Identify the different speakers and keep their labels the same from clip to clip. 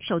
Speaker 1: 手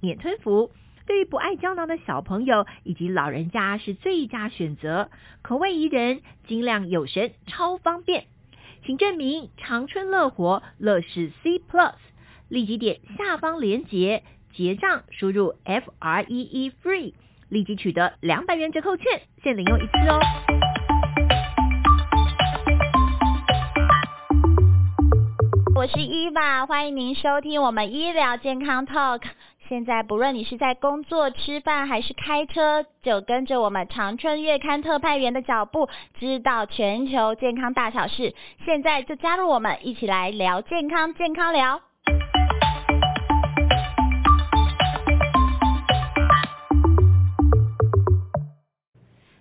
Speaker 1: 免吞服，对于不爱胶囊的小朋友以及老人家是最佳选择。口味宜人，精量有神，超方便。请证明长春乐活乐视 C Plus，立即点下方链接结账，输入 F R E E FREE。立即取得两百元折扣券，限领用一次哦。
Speaker 2: 我是伊娃，欢迎您收听我们医疗健康 Talk。现在不论你是在工作、吃饭还是开车，就跟着我们长春月刊特派员的脚步，知道全球健康大小事。现在就加入我们，一起来聊健康，健康聊。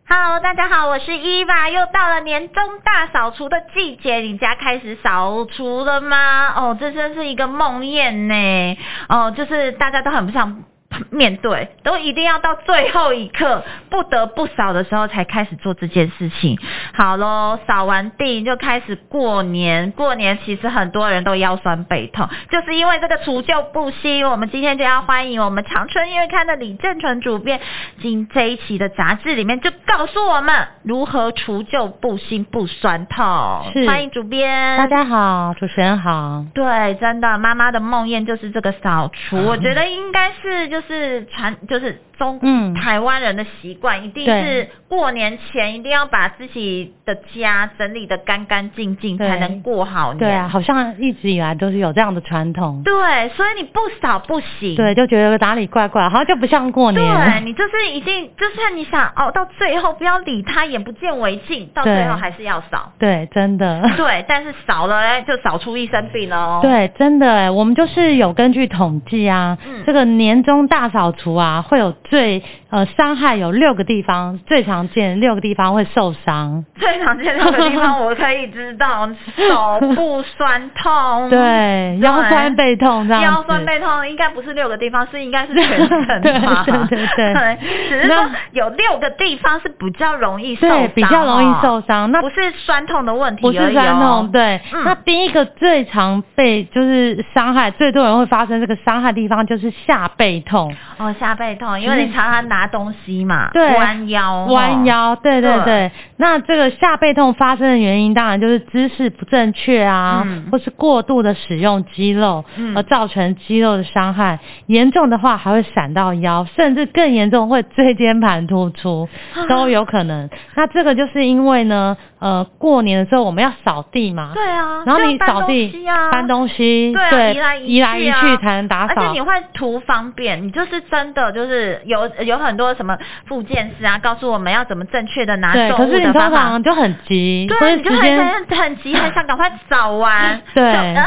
Speaker 2: Hello，大家好，我是伊娃，又到了年终大扫除的季节，你家开始扫除了吗？哦，这真是一个梦魇呢。哦，就是大家都很不想面对，都一定要到最后一刻不得不扫的时候才开始做这件事情。好喽，扫完地就开始过年，过年其实很多人都腰酸背痛，就是因为这个除旧布新。我们今天就要欢迎我们长春月刊的李正纯主编，今这一期的杂志里面就告诉我们如何除旧布新不酸痛。
Speaker 3: 是
Speaker 2: 欢迎主编，
Speaker 3: 大家好，主持人好。
Speaker 2: 对，真的，妈妈的梦魇就是这个扫
Speaker 3: 嗯
Speaker 2: 除，我觉得应该是就是传就是中、
Speaker 3: 嗯
Speaker 2: 台湾人的习惯，一定
Speaker 3: 对
Speaker 2: 是过年前一定要把自己的家整理的干干净净，
Speaker 3: 对
Speaker 2: 才能过好年。
Speaker 3: 对啊，好像一直以来都是有这样的传统。
Speaker 2: 对，所以你不扫不行。
Speaker 3: 对，就觉得哪里怪怪，好像就不像过年
Speaker 2: 对
Speaker 3: 了。
Speaker 2: 你就是一定，就算你想哦，到最后不要理他，眼不见为净，到
Speaker 3: 对
Speaker 2: 最后还是要扫。
Speaker 3: 对，真的。
Speaker 2: 对，但是扫了哎就扫出一身病了哦。
Speaker 3: 对，真的哎，我们就是有根据统计啊，
Speaker 2: 嗯
Speaker 3: 这个年终大扫除啊，会有最呃伤害有六个地方最常见，六个地方会受伤。
Speaker 2: 最常见到的地方，我可以知道手部酸痛，
Speaker 3: 对，腰酸背痛这样子。
Speaker 2: 哦腰酸背痛应该不是六个地方，是应该是全身吧？
Speaker 3: 对对 对对
Speaker 2: 只是说
Speaker 3: 那
Speaker 2: 有六个地方是比较容易受伤哦，
Speaker 3: 对，比较容易受伤。那
Speaker 2: 不是酸痛的问题
Speaker 3: 不
Speaker 2: 而已哦，
Speaker 3: 是酸痛，对。
Speaker 2: 嗯
Speaker 3: 那第一个最常被就是伤害，最多人会发生这个伤害的地方就是下背痛、
Speaker 2: 哦，下背痛，因为你常常拿东西嘛，
Speaker 3: 嗯对
Speaker 2: 弯腰哦，
Speaker 3: 弯腰。对对
Speaker 2: 对
Speaker 3: 对那这个下背痛发生的原因，当然就是姿势不正确啊，
Speaker 2: 嗯
Speaker 3: 或是过度的使用肌肉，
Speaker 2: 嗯
Speaker 3: 而造成肌肉的伤害。严重的话还会闪到腰，甚至更严重会椎间盘突出，
Speaker 2: 啊
Speaker 3: 都有可能。那这个就是因为呢，呃，过年的时候我们要扫地嘛，
Speaker 2: 对啊，
Speaker 3: 然后
Speaker 2: 就
Speaker 3: 你
Speaker 2: 要搬
Speaker 3: 扫地
Speaker 2: 东西啊，
Speaker 3: 搬东西，
Speaker 2: 对啊
Speaker 3: 对，
Speaker 2: 移来移
Speaker 3: 移来
Speaker 2: 去
Speaker 3: 移
Speaker 2: 啊
Speaker 3: 去才能打
Speaker 2: 而且
Speaker 3: 扫
Speaker 2: 你。会图方便，你就是真的就是有有很多什么附件师啊，告诉我们要怎么正确的拿
Speaker 3: 对，
Speaker 2: 重
Speaker 3: 可
Speaker 2: 物
Speaker 3: 是你
Speaker 2: 的
Speaker 3: 通
Speaker 2: 方法。
Speaker 3: 常就很急，
Speaker 2: 对
Speaker 3: 所
Speaker 2: 啊，
Speaker 3: 以
Speaker 2: 你就
Speaker 3: 时
Speaker 2: 很
Speaker 3: 间
Speaker 2: 想很急，很想赶快扫
Speaker 3: ，
Speaker 2: 完
Speaker 3: 对
Speaker 2: 就呃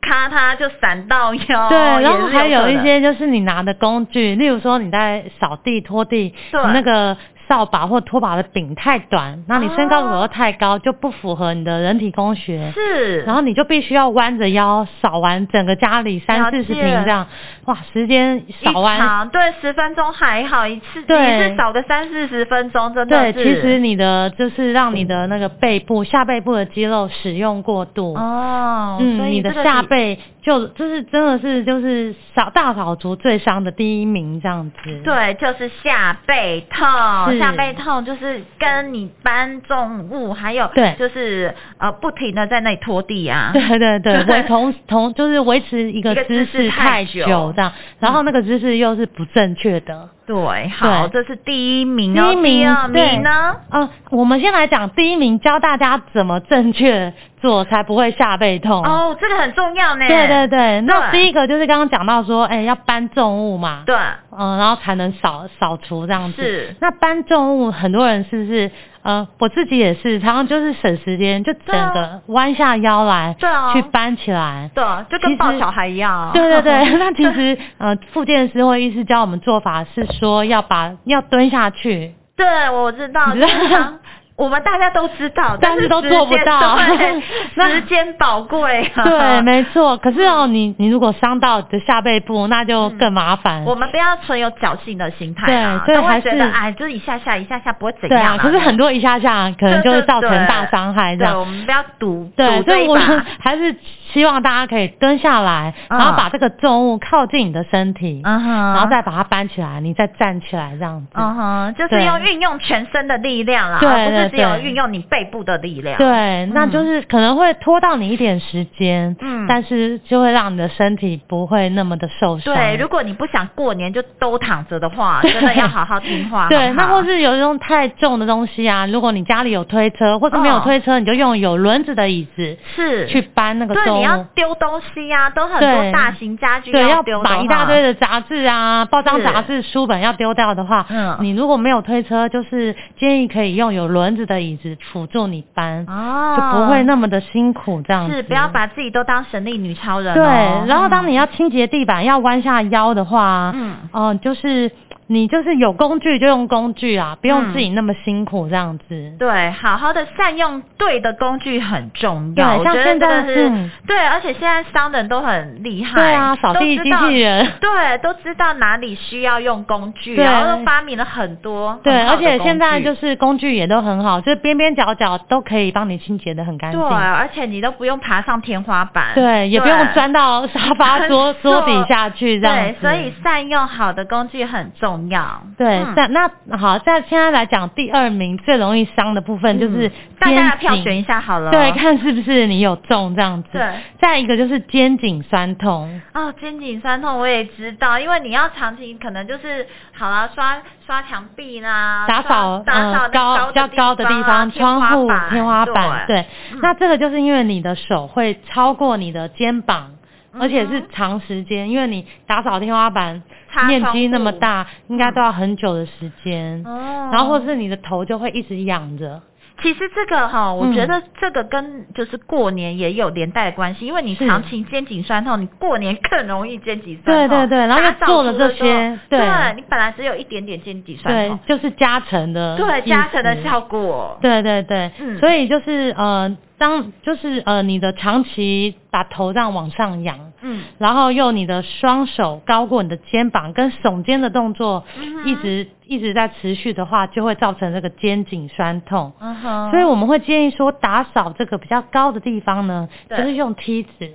Speaker 2: 咔嚓就闪到腰，
Speaker 3: 对，
Speaker 2: 哦也
Speaker 3: 然后
Speaker 2: 是
Speaker 3: 还
Speaker 2: 有
Speaker 3: 有
Speaker 2: 可
Speaker 3: 一
Speaker 2: 能
Speaker 3: 些就是你拿的工具，例如说你在扫地、拖地，
Speaker 2: 对
Speaker 3: 你那个扫把或拖把的柄太短，那你身高如
Speaker 2: 哦
Speaker 3: 果又太高，就不符合你的人体工学。
Speaker 2: 是，
Speaker 3: 然后你就必须要弯着腰扫完整个家里
Speaker 2: 了
Speaker 3: 三四十
Speaker 2: 解
Speaker 3: 平这样，哇，时间
Speaker 2: 一
Speaker 3: 扫完
Speaker 2: 场对十分钟还好，一次
Speaker 3: 对
Speaker 2: 一次扫个三四十分钟，真的
Speaker 3: 对，
Speaker 2: 是
Speaker 3: 其实你的就是让你的那个背部、下背部的肌肉使用过度，
Speaker 2: 哦，所
Speaker 3: 嗯，
Speaker 2: 以
Speaker 3: 你的
Speaker 2: 这个
Speaker 3: 下
Speaker 2: 你
Speaker 3: 背就就是真的是就是扫大扫除最伤的第一名这样子。
Speaker 2: 对，就是下背痛，
Speaker 3: 是
Speaker 2: 下背痛就是跟你搬重物，还有
Speaker 3: 对
Speaker 2: 就是呃不停的在那里拖地啊。
Speaker 3: 对对对，
Speaker 2: 对
Speaker 3: 维同同就是维持一
Speaker 2: 一
Speaker 3: 个
Speaker 2: 个姿
Speaker 3: 姿
Speaker 2: 势
Speaker 3: 势
Speaker 2: 太
Speaker 3: 太
Speaker 2: 久嗯
Speaker 3: 久这样，然后那个姿势又是不正确的。
Speaker 2: 对，好，这
Speaker 3: 对
Speaker 2: 是第一名哦。
Speaker 3: 第一名
Speaker 2: 二
Speaker 3: 对
Speaker 2: 名呢？
Speaker 3: 呃，我们先来讲第一名，教大家怎么正确做才不会下背痛。
Speaker 2: 哦，这个很重要呢。
Speaker 3: 对对对，那
Speaker 2: 对
Speaker 3: 第一个就是刚刚讲到说，哎，要搬重物嘛。
Speaker 2: 对，
Speaker 3: 嗯，然后才能扫扫除这样子。
Speaker 2: 是
Speaker 3: 那搬重物，很多人是不是呃，我自己也是，常常就是省时间，就
Speaker 2: 对啊
Speaker 3: 整个弯下腰来，
Speaker 2: 对啊
Speaker 3: 去搬起来。
Speaker 2: 对啊，就跟
Speaker 3: 其实
Speaker 2: 抱小孩一样啊。
Speaker 3: 对 对对，那其实呃，复健师或医师教我们做法是说要把要蹲下去，
Speaker 2: 对，我知道，
Speaker 3: 你知道
Speaker 2: 经常我们大家都知 道，
Speaker 3: 但是都
Speaker 2: 时
Speaker 3: 做不
Speaker 2: 间
Speaker 3: 到
Speaker 2: 对
Speaker 3: 那
Speaker 2: 时间宝贵啊。
Speaker 3: 对，没错。可是哦，你你如果伤到你的下背部，那就更麻烦。
Speaker 2: 嗯我们不要存有侥幸的心态啊，
Speaker 3: 对所以
Speaker 2: 都会
Speaker 3: 还
Speaker 2: 觉得
Speaker 3: 是
Speaker 2: 哎，就是一下下一下下不会怎
Speaker 3: 对
Speaker 2: 样
Speaker 3: 啊，可是很多一下下可能就
Speaker 2: 对
Speaker 3: 会
Speaker 2: 对
Speaker 3: 造成
Speaker 2: 对
Speaker 3: 大伤害这
Speaker 2: 对，
Speaker 3: 样
Speaker 2: 我。们不要赌
Speaker 3: 对，
Speaker 2: 赌
Speaker 3: 所
Speaker 2: 这
Speaker 3: 以
Speaker 2: 一
Speaker 3: 我
Speaker 2: 把。
Speaker 3: 还是希望大家可以蹲下来，
Speaker 2: 嗯
Speaker 3: 然后把这个重物靠近你的身体，
Speaker 2: 嗯哼，
Speaker 3: 然后再把它搬起来，你再站起来这样子。
Speaker 2: 嗯哼，就是
Speaker 3: 对
Speaker 2: 用运用全身的力量啦，
Speaker 3: 对
Speaker 2: 而不是
Speaker 3: 对
Speaker 2: 只有
Speaker 3: 对
Speaker 2: 运用你背部的力量。
Speaker 3: 对，那就是可能会拖到你一点时间，
Speaker 2: 嗯
Speaker 3: 但是就会让你的身体不会那么的受伤。
Speaker 2: 对，如果你不想过年就都躺着的 话，真的要好好听话。
Speaker 3: 对，
Speaker 2: 好不
Speaker 3: 那
Speaker 2: 好
Speaker 3: 或是有用太重的东西啊，如果你家里有推车，或是没有
Speaker 2: 哦
Speaker 3: 推车，你就用有轮子的椅子
Speaker 2: 是
Speaker 3: 去搬那个
Speaker 2: 对，
Speaker 3: 重
Speaker 2: 你要
Speaker 3: 物。
Speaker 2: 丢东西呀、都很多
Speaker 3: 对
Speaker 2: 大型家具
Speaker 3: 对，要
Speaker 2: 丢的
Speaker 3: 把
Speaker 2: 话
Speaker 3: 一大堆的杂志啊、报章
Speaker 2: 是
Speaker 3: 杂志、书本要丢掉的话，
Speaker 2: 嗯
Speaker 3: 你如果没有推车，就是建议可以用有轮子的椅子辅助你搬，
Speaker 2: 哦，
Speaker 3: 就不会那么的辛苦这样子。
Speaker 2: 是不要把自己都当神力女超人、哦。
Speaker 3: 对，然后当你
Speaker 2: 嗯
Speaker 3: 要清洁地板、要弯下腰的话，
Speaker 2: 嗯
Speaker 3: 嗯，哦、就是你就是有工具就用工具啊，不
Speaker 2: 嗯
Speaker 3: 用自己那么辛苦这样子。
Speaker 2: 对，好好的善用对的工具很重要。
Speaker 3: 对
Speaker 2: 我
Speaker 3: 像
Speaker 2: 觉得
Speaker 3: 现
Speaker 2: 真的
Speaker 3: 在
Speaker 2: 是、
Speaker 3: 嗯
Speaker 2: 对，而且现在商人都很厉害，
Speaker 3: 对啊扫地
Speaker 2: 都知道
Speaker 3: 机器人
Speaker 2: 对，都知道哪里需要用工具，
Speaker 3: 对
Speaker 2: 然后都发明了很多很
Speaker 3: 对，
Speaker 2: 好
Speaker 3: 而
Speaker 2: 的
Speaker 3: 且
Speaker 2: 工
Speaker 3: 现在
Speaker 2: 具
Speaker 3: 就是工具也都很好，就是边边角角都可以帮你清洁的很干
Speaker 2: 对，啊
Speaker 3: 净。
Speaker 2: 而且你都不用爬上天花板，
Speaker 3: 对，也不用钻到沙发桌桌底下去这样
Speaker 2: 对
Speaker 3: 子。，
Speaker 2: 所以善用好的工具很重要。
Speaker 3: 对
Speaker 2: 嗯，
Speaker 3: 那、那好，在现在来讲第二名最容易伤的部分就是肩颈、
Speaker 2: 嗯大家来票选一下好了。
Speaker 3: 对，看是不是你有中这样子。
Speaker 2: 对
Speaker 3: 再一个就是肩颈酸痛，
Speaker 2: 哦，肩颈酸痛我也知道，因为你要长期可能就是好啦，刷刷墙壁啦，
Speaker 3: 打扫
Speaker 2: 刷打扫
Speaker 3: 呃高比较高的
Speaker 2: 方
Speaker 3: 地
Speaker 2: 啊，
Speaker 3: 方，窗户、天花板，
Speaker 2: 对，嗯
Speaker 3: 对。那这个就是因为你的手会超过你的肩膀。
Speaker 2: 嗯
Speaker 3: 而且是长时间，因为你打扫天花板
Speaker 2: 擦
Speaker 3: 面
Speaker 2: 窗
Speaker 3: 积那么
Speaker 2: 户嗯
Speaker 3: 大，应该都要很久的时间。
Speaker 2: 哦
Speaker 3: 然后或是你的头就会一直仰着。
Speaker 2: 其实这个哈、我
Speaker 3: 嗯
Speaker 2: 觉得这个跟就是过年也有连带的关系，因为你
Speaker 3: 是
Speaker 2: 长期肩颈酸痛，你过年更容易肩颈酸
Speaker 3: 对
Speaker 2: 痛。
Speaker 3: 对对，然后
Speaker 2: 打
Speaker 3: 又
Speaker 2: 扫
Speaker 3: 做了
Speaker 2: 除
Speaker 3: 这
Speaker 2: 的时候
Speaker 3: 些，
Speaker 2: 对
Speaker 3: 对
Speaker 2: 你本来只有一点点肩颈酸
Speaker 3: 对
Speaker 2: 痛，，
Speaker 3: 就是加成的意思，
Speaker 2: 对加成的效果。
Speaker 3: 对对对，
Speaker 2: 嗯
Speaker 3: 所以就是呃，当就是呃，你的长期把头这样往上仰，
Speaker 2: 嗯，
Speaker 3: 然后用你的双手高过你的肩膀跟耸肩的动作，
Speaker 2: 嗯
Speaker 3: 一直一直在持续的话，就会造成这个肩颈酸痛。
Speaker 2: 嗯哼，
Speaker 3: 所以我们会建议说，打扫这个比较高的地方呢，就
Speaker 2: 对
Speaker 3: 是用梯子，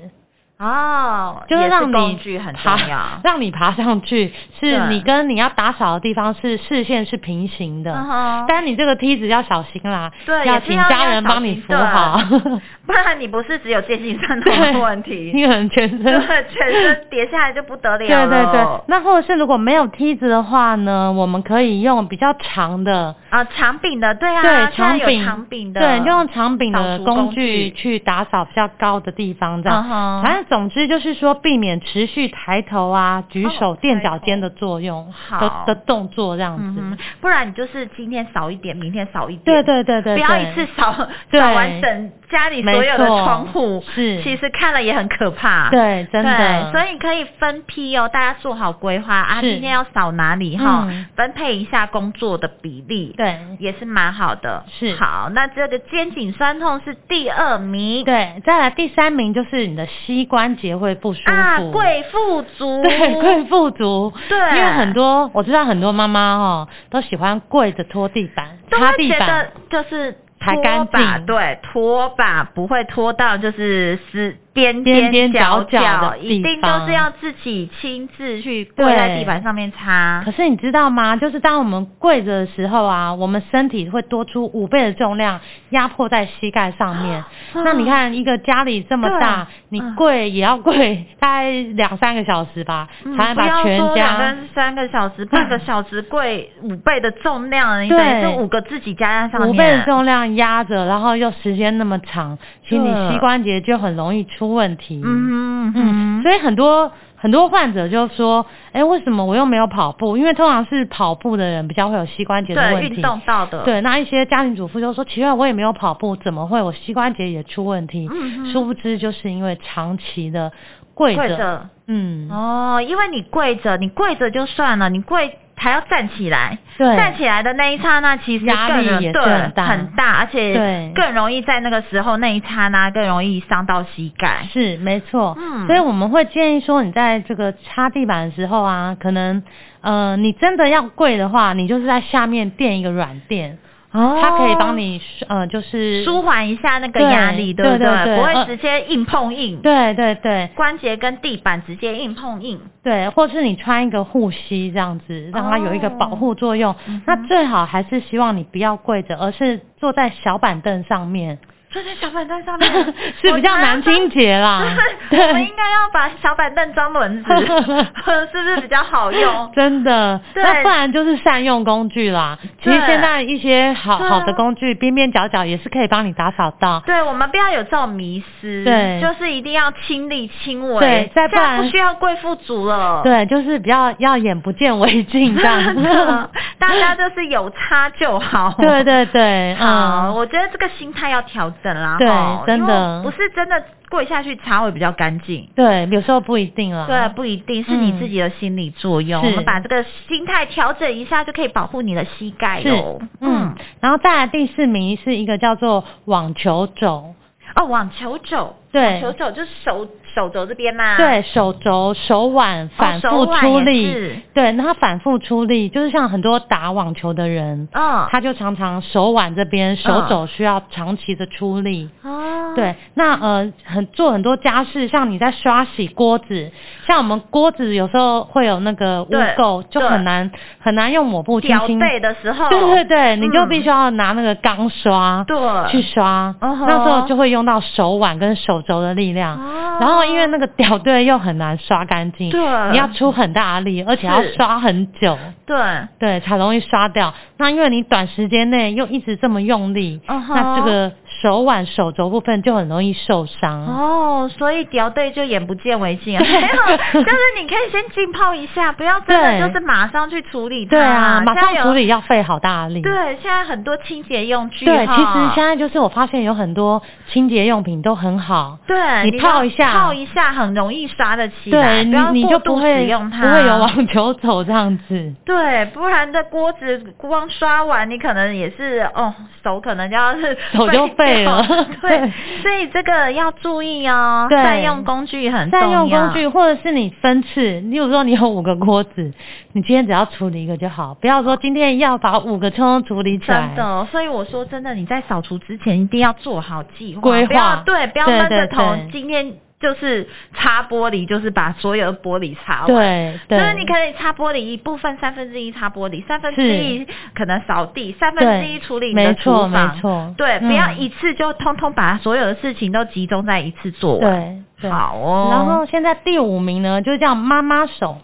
Speaker 2: 哦，
Speaker 3: 就是
Speaker 2: 也
Speaker 3: 让
Speaker 2: 工
Speaker 3: 你
Speaker 2: 具很重
Speaker 3: 爬
Speaker 2: 要，。
Speaker 3: 让你爬上去，
Speaker 2: 对
Speaker 3: 是你跟你要打扫的地方是视线是平行 的。
Speaker 2: 嗯哼
Speaker 3: 但你这个梯子要小心啦，
Speaker 2: 对也
Speaker 3: 要
Speaker 2: 是
Speaker 3: 请
Speaker 2: 要
Speaker 3: 家
Speaker 2: 要
Speaker 3: 人
Speaker 2: 小
Speaker 3: 帮你
Speaker 2: 心
Speaker 3: 扶
Speaker 2: 对
Speaker 3: 好，
Speaker 2: 不然你不是只有肩颈酸痛的
Speaker 3: 对
Speaker 2: 问题，
Speaker 3: 你可能全
Speaker 2: 对
Speaker 3: 身。，
Speaker 2: 全身跌下来就不得了
Speaker 3: 对对对
Speaker 2: 了，
Speaker 3: 那或者是如果没有梯子的话呢，我们可以用比较长的，
Speaker 2: 啊，长柄的，对啊，
Speaker 3: 对，
Speaker 2: 现在
Speaker 3: 长
Speaker 2: 有
Speaker 3: 柄，
Speaker 2: 长柄的，
Speaker 3: 对，就用长柄
Speaker 2: 扫
Speaker 3: 的
Speaker 2: 除工
Speaker 3: 工
Speaker 2: 具
Speaker 3: 具去打扫比较高的地方，这样。
Speaker 2: 嗯哼
Speaker 3: 啊反正总之就是说，避免持续抬头啊、举
Speaker 2: 哦
Speaker 3: 手、垫
Speaker 2: 抬
Speaker 3: 脚尖
Speaker 2: 头
Speaker 3: 的作用
Speaker 2: 哦好
Speaker 3: 的的动作这样子。
Speaker 2: 嗯哼，不然你就是今天少一点，明天少一
Speaker 3: 对
Speaker 2: 点，
Speaker 3: 对对对，
Speaker 2: 不要
Speaker 3: 对
Speaker 2: 一次扫
Speaker 3: 对
Speaker 2: 扫完整家里所有的
Speaker 3: 没错
Speaker 2: 窗户，
Speaker 3: 是
Speaker 2: 其实看了也很可怕，
Speaker 3: 对，真的，
Speaker 2: 对，所以你可以分批哦，大家做好规划啊，
Speaker 3: 是
Speaker 2: 今天要扫哪里哈、
Speaker 3: 嗯
Speaker 2: 分配一下工作的比例，
Speaker 3: 对
Speaker 2: 也是蛮好的。
Speaker 3: 是
Speaker 2: 好，那这个肩颈酸痛是第二名。
Speaker 3: 对，再来第三名就是你的膝关节会不舒服，
Speaker 2: 啊，贵妇足，
Speaker 3: 对贵妇足，
Speaker 2: 哦对
Speaker 3: 因为很多我知道很多妈妈哦都喜欢跪着拖地板、
Speaker 2: 都
Speaker 3: 擦
Speaker 2: 会
Speaker 3: 地
Speaker 2: 觉
Speaker 3: 板
Speaker 2: 得，就是
Speaker 3: 才
Speaker 2: 拖
Speaker 3: 干
Speaker 2: 把
Speaker 3: 净
Speaker 2: 对，拖把不会拖到就是是边
Speaker 3: 边边
Speaker 2: 角
Speaker 3: 角角的
Speaker 2: 一
Speaker 3: 地
Speaker 2: 定都
Speaker 3: 方
Speaker 2: 是要自己亲自去跪在
Speaker 3: 对
Speaker 2: 地板上面擦
Speaker 3: 可。是你知道吗？就是当我们跪着的时候啊，我们身体会多出五倍的重量压迫在膝盖上面。
Speaker 2: 啊
Speaker 3: 那你看一个家里这么大，你跪也要跪 大概两三个小时吧，
Speaker 2: 嗯
Speaker 3: 才能
Speaker 2: 不
Speaker 3: 把
Speaker 2: 要
Speaker 3: 全
Speaker 2: 说两
Speaker 3: 家
Speaker 2: 个三个小 时、半个小时跪五倍的重量，啊你
Speaker 3: 对
Speaker 2: 等于是五个自己加在上面。
Speaker 3: 五倍的重量压着，然后又时间那么长，其实你膝关节就很容易出问题。
Speaker 2: 嗯哼嗯
Speaker 3: 嗯，
Speaker 2: 哼，
Speaker 3: 所以很多。很多患者就说，哎、为什么我又没有跑步？因为通常是跑步的人比较会有膝关节的
Speaker 2: 对
Speaker 3: 问题
Speaker 2: 运。动到的，，
Speaker 3: 对，那一些家庭主妇就说，奇怪，我也没有跑步，怎么会我膝关节也出问题？
Speaker 2: 嗯
Speaker 3: 殊
Speaker 2: 哼，
Speaker 3: 不知就是因为长期的跪
Speaker 2: 跪
Speaker 3: 着，
Speaker 2: 着
Speaker 3: 嗯，
Speaker 2: 哦，因为你跪着，你跪着就算了，你跪还要站起来，
Speaker 3: 对，
Speaker 2: 站起来的那一刹那，其实
Speaker 3: 压力
Speaker 2: 更
Speaker 3: 也是
Speaker 2: 对
Speaker 3: 很大
Speaker 2: 很大，而且
Speaker 3: 对
Speaker 2: 更容易在那个时候那一刹那更容易伤到膝盖。
Speaker 3: 是没错，
Speaker 2: 嗯
Speaker 3: 所以我们会建议说，你在这个擦地板的时候啊，可能呃，你真的要跪的话，你就是在下面垫一个软垫，
Speaker 2: 哦
Speaker 3: 它可以帮你呃，就是
Speaker 2: 舒缓一下那个压力，
Speaker 3: 对
Speaker 2: 对不
Speaker 3: 对对对
Speaker 2: 不会
Speaker 3: 呃
Speaker 2: 直接硬碰硬，
Speaker 3: 对对对
Speaker 2: 关节跟地板直接硬碰硬。
Speaker 3: 对，或是你穿一个护膝这样子，让它有一个保护作用。
Speaker 2: 嗯哼
Speaker 3: 那最好还是希望你不要跪着，而是坐在小板凳上面，
Speaker 2: 坐在小板凳上面
Speaker 3: 是比较难清。洁
Speaker 2: 我
Speaker 3: 啦
Speaker 2: 觉得。我们
Speaker 3: 对
Speaker 2: 应。该要把小板凳装 轮子，是不是比较好用？
Speaker 3: 真的，
Speaker 2: 对
Speaker 3: 那不然就是善用工具啦。其实
Speaker 2: 对
Speaker 3: 现在一些好
Speaker 2: 对啊
Speaker 3: 好的工具，边边角角也是可以帮你打扫到。
Speaker 2: 对，我们不要有这种迷失，
Speaker 3: 对
Speaker 2: 就是一定要亲力亲为，
Speaker 3: 对再
Speaker 2: 这
Speaker 3: 不
Speaker 2: 样
Speaker 3: 然
Speaker 2: 不需要贵妇族了。
Speaker 3: 对，就是比较要眼不见为净这样
Speaker 2: 真 的
Speaker 3: 子。
Speaker 2: 大家就是有差就好。
Speaker 3: 对对对，
Speaker 2: 好，
Speaker 3: 嗯，
Speaker 2: 我觉得这个心态要调整啦。
Speaker 3: 对
Speaker 2: 吼
Speaker 3: 真
Speaker 2: 因
Speaker 3: 的
Speaker 2: 为不是真的跪下去擦会比较干净。
Speaker 3: 对，有时候不一定啦。
Speaker 2: 对，不一定是你
Speaker 3: 嗯
Speaker 2: 自己的心理作用。
Speaker 3: 是
Speaker 2: 我们把这个心态调整一下，就可以保护你的膝盖哦。
Speaker 3: 嗯，，然后再来第四名是一个叫做网球肘，
Speaker 2: 哦，网球肘，
Speaker 3: 对
Speaker 2: 球肘就是手手肘这边嘛。
Speaker 3: 对，手肘、手腕反
Speaker 2: 哦手
Speaker 3: 复
Speaker 2: 腕
Speaker 3: 出
Speaker 2: 也
Speaker 3: 力，
Speaker 2: 是
Speaker 3: 对，那他反复出力，就是像很多打网球的人，
Speaker 2: 嗯，
Speaker 3: 他就常常手腕这边、手肘需要长期的出力。
Speaker 2: 哦，
Speaker 3: 对，那呃，很做很多家事，像你在刷洗锅子，像我们锅子有时候会有那个污
Speaker 2: 对
Speaker 3: 垢，就
Speaker 2: 对
Speaker 3: 很难很难用抹布轻
Speaker 2: 屌
Speaker 3: 轻。
Speaker 2: 背的时候，
Speaker 3: 对对对，你就
Speaker 2: 嗯
Speaker 3: 必须要拿那个钢刷。
Speaker 2: 对，
Speaker 3: 去刷，
Speaker 2: 嗯哼
Speaker 3: 那时候就会用到手腕跟手肘的力量。
Speaker 2: 哦
Speaker 3: 然后因为那个屌队又很难刷干净，
Speaker 2: 对
Speaker 3: 你要出很大的力，而且要刷很久，
Speaker 2: 对，
Speaker 3: 对，才容易刷掉。那因为你短时间内又一直这么用力，
Speaker 2: 嗯哼
Speaker 3: 那这个手腕、手肘部分就很容易受伤。
Speaker 2: 哦，所以屌队就眼不见为净啊， 没有，就是你可以先浸泡一下，不要真的
Speaker 3: 对
Speaker 2: 就是马上去处理它。
Speaker 3: 对啊，马上
Speaker 2: 现在有
Speaker 3: 处。理要费好大的力。
Speaker 2: 对，现在很多清洁用具
Speaker 3: 对，其实
Speaker 2: 哈
Speaker 3: 现在就是我发现有很多清洁用品都很好，
Speaker 2: 对
Speaker 3: 你泡一下
Speaker 2: 泡一下很容易刷得起来，
Speaker 3: 对
Speaker 2: 不要
Speaker 3: 你你
Speaker 2: 过
Speaker 3: 就不
Speaker 2: 度
Speaker 3: 会
Speaker 2: 使用它，
Speaker 3: 不会有网球肘这样子。
Speaker 2: 对，不然这锅子光刷完，你可能也是哦，手可能就要 是
Speaker 3: 手就废了
Speaker 2: 掉对
Speaker 3: 对，
Speaker 2: 所以这个要注意哦，
Speaker 3: 对
Speaker 2: 善用工具很重要。
Speaker 3: 善用工具，或者是你分次，例如说你有五个锅子， 你今天只要处理一个就好，不要说今天要把五个通通处理起来
Speaker 2: 真。的，所以我说真的，你在扫除之前一定要做好计划，
Speaker 3: 规划
Speaker 2: 不要对，不要
Speaker 3: 对
Speaker 2: 闷着
Speaker 3: 对
Speaker 2: 头
Speaker 3: 对，
Speaker 2: 今天就是擦玻璃，就是把所有的玻璃擦完。
Speaker 3: 对
Speaker 2: 就
Speaker 3: 对，
Speaker 2: 是你可以擦玻璃一部分，三分之一擦玻璃，三分之一可能扫地，三分之一
Speaker 3: 对
Speaker 2: 处理你的
Speaker 3: 没
Speaker 2: 厨
Speaker 3: 错
Speaker 2: 房
Speaker 3: 没错，
Speaker 2: 对，
Speaker 3: 嗯
Speaker 2: 不要一次就通通把所有的事情都集中在一次做完。
Speaker 3: 对对。
Speaker 2: 好哦。
Speaker 3: 然后现在第五名呢，就叫妈妈手，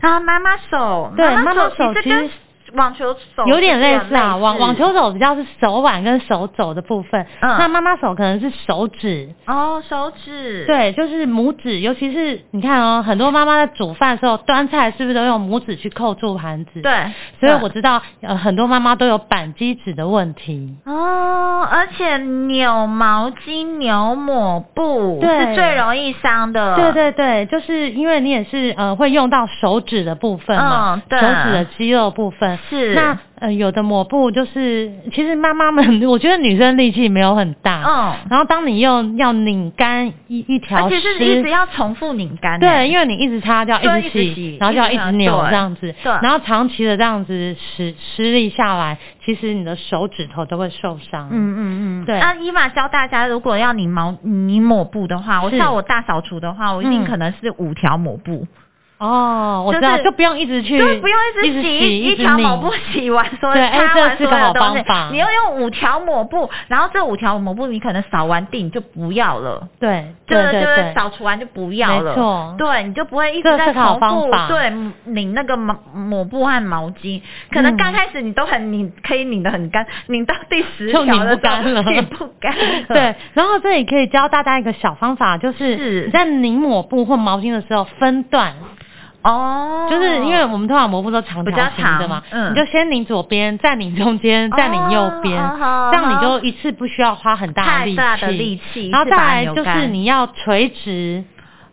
Speaker 2: 啊，妈妈手，
Speaker 3: 对
Speaker 2: 妈
Speaker 3: 妈妈
Speaker 2: 手
Speaker 3: 手
Speaker 2: 其
Speaker 3: 其
Speaker 2: 实跟
Speaker 3: 实
Speaker 2: 网球手
Speaker 3: 有点类似啊，
Speaker 2: 是
Speaker 3: 网网球手比较是手腕跟手肘的部分，
Speaker 2: 嗯
Speaker 3: 那妈妈手可能是手指，
Speaker 2: 哦，手指
Speaker 3: 对，就是拇指，尤其是你看哦，很多妈妈在煮饭的时候端菜是不是都用拇指去扣住盘子？。
Speaker 2: 对，
Speaker 3: 所以
Speaker 2: 对
Speaker 3: 我知道，呃，很多妈妈都有扳机指的问题。
Speaker 2: 哦，而且扭毛巾、扭抹布
Speaker 3: 对
Speaker 2: 是最容易伤的。
Speaker 3: 对对对，就是因为你也是呃会用到手指的部分嘛，
Speaker 2: 嗯对
Speaker 3: 手指的肌肉部分。
Speaker 2: 是
Speaker 3: 那呃有的抹布就是，其实妈妈们， 我觉得女生力气没有很大。
Speaker 2: 嗯，啊
Speaker 3: 然后当你又要拧干一一条
Speaker 2: 而且
Speaker 3: 丝，
Speaker 2: 是一直要重复拧干。欸
Speaker 3: 对，，因为你一直擦就要
Speaker 2: 对
Speaker 3: 一直
Speaker 2: 一直洗
Speaker 3: 洗，然后就要
Speaker 2: 一
Speaker 3: 一
Speaker 2: 直
Speaker 3: 直
Speaker 2: 扭
Speaker 3: 扭
Speaker 2: 对
Speaker 3: 这样子，
Speaker 2: 对
Speaker 3: 然后长期的这样子施施力下来，其实你的手指头都会受伤。
Speaker 2: 嗯嗯嗯，
Speaker 3: 对
Speaker 2: 那伊玛教大家，如果要拧毛、拧抹布的话，我
Speaker 3: 是
Speaker 2: 像我大扫除的话，我一定
Speaker 3: 嗯
Speaker 2: 可能是五条抹布。
Speaker 3: 哦，我知
Speaker 2: 就
Speaker 3: 道，
Speaker 2: 是
Speaker 3: 就不用一直去，
Speaker 2: 就是不用一直洗
Speaker 3: 洗，
Speaker 2: 一
Speaker 3: 直
Speaker 2: 条
Speaker 3: 拧
Speaker 2: 抹布洗完所有
Speaker 3: 对哎
Speaker 2: 擦
Speaker 3: 这
Speaker 2: 完
Speaker 3: 是
Speaker 2: 所
Speaker 3: 个
Speaker 2: 有的
Speaker 3: 好
Speaker 2: 东西
Speaker 3: 方法，
Speaker 2: 你要用五条抹布，然后这五条抹布你可能扫完地你就不要了。
Speaker 3: 对，
Speaker 2: 就
Speaker 3: 对对
Speaker 2: 就是
Speaker 3: 对，
Speaker 2: 扫除完就不要了，
Speaker 3: 没错
Speaker 2: 对，你就不会一
Speaker 3: 这
Speaker 2: 直
Speaker 3: 是
Speaker 2: 在
Speaker 3: 个
Speaker 2: 重
Speaker 3: 好
Speaker 2: 复
Speaker 3: 方法
Speaker 2: 对拧那个抹抹布和毛巾，可能
Speaker 3: 嗯
Speaker 2: 刚开始你都很拧，可以拧得很干，拧到第十
Speaker 3: 就
Speaker 2: 条
Speaker 3: 拧
Speaker 2: 的时
Speaker 3: 不
Speaker 2: 候
Speaker 3: 干了
Speaker 2: 拧不 干了，
Speaker 3: 对，然后这里可以教大家一个小方法，就是
Speaker 2: 是
Speaker 3: 你在拧抹布或毛巾的时候分段，
Speaker 2: 哦，
Speaker 3: 就是因为我们通常抹布都长
Speaker 2: 比较
Speaker 3: 条形的
Speaker 2: 长
Speaker 3: 嘛，
Speaker 2: 嗯
Speaker 3: 你就先拧左边，再拧中间，再拧右边，
Speaker 2: 哦哦
Speaker 3: 这样你
Speaker 2: 哦
Speaker 3: 就一次不需要花很大的
Speaker 2: 太
Speaker 3: 力
Speaker 2: 大的
Speaker 3: 气。
Speaker 2: 力气，
Speaker 3: 然后
Speaker 2: 一次
Speaker 3: 再
Speaker 2: 把它
Speaker 3: 来
Speaker 2: 扭
Speaker 3: 就是
Speaker 2: 干
Speaker 3: 你要垂直，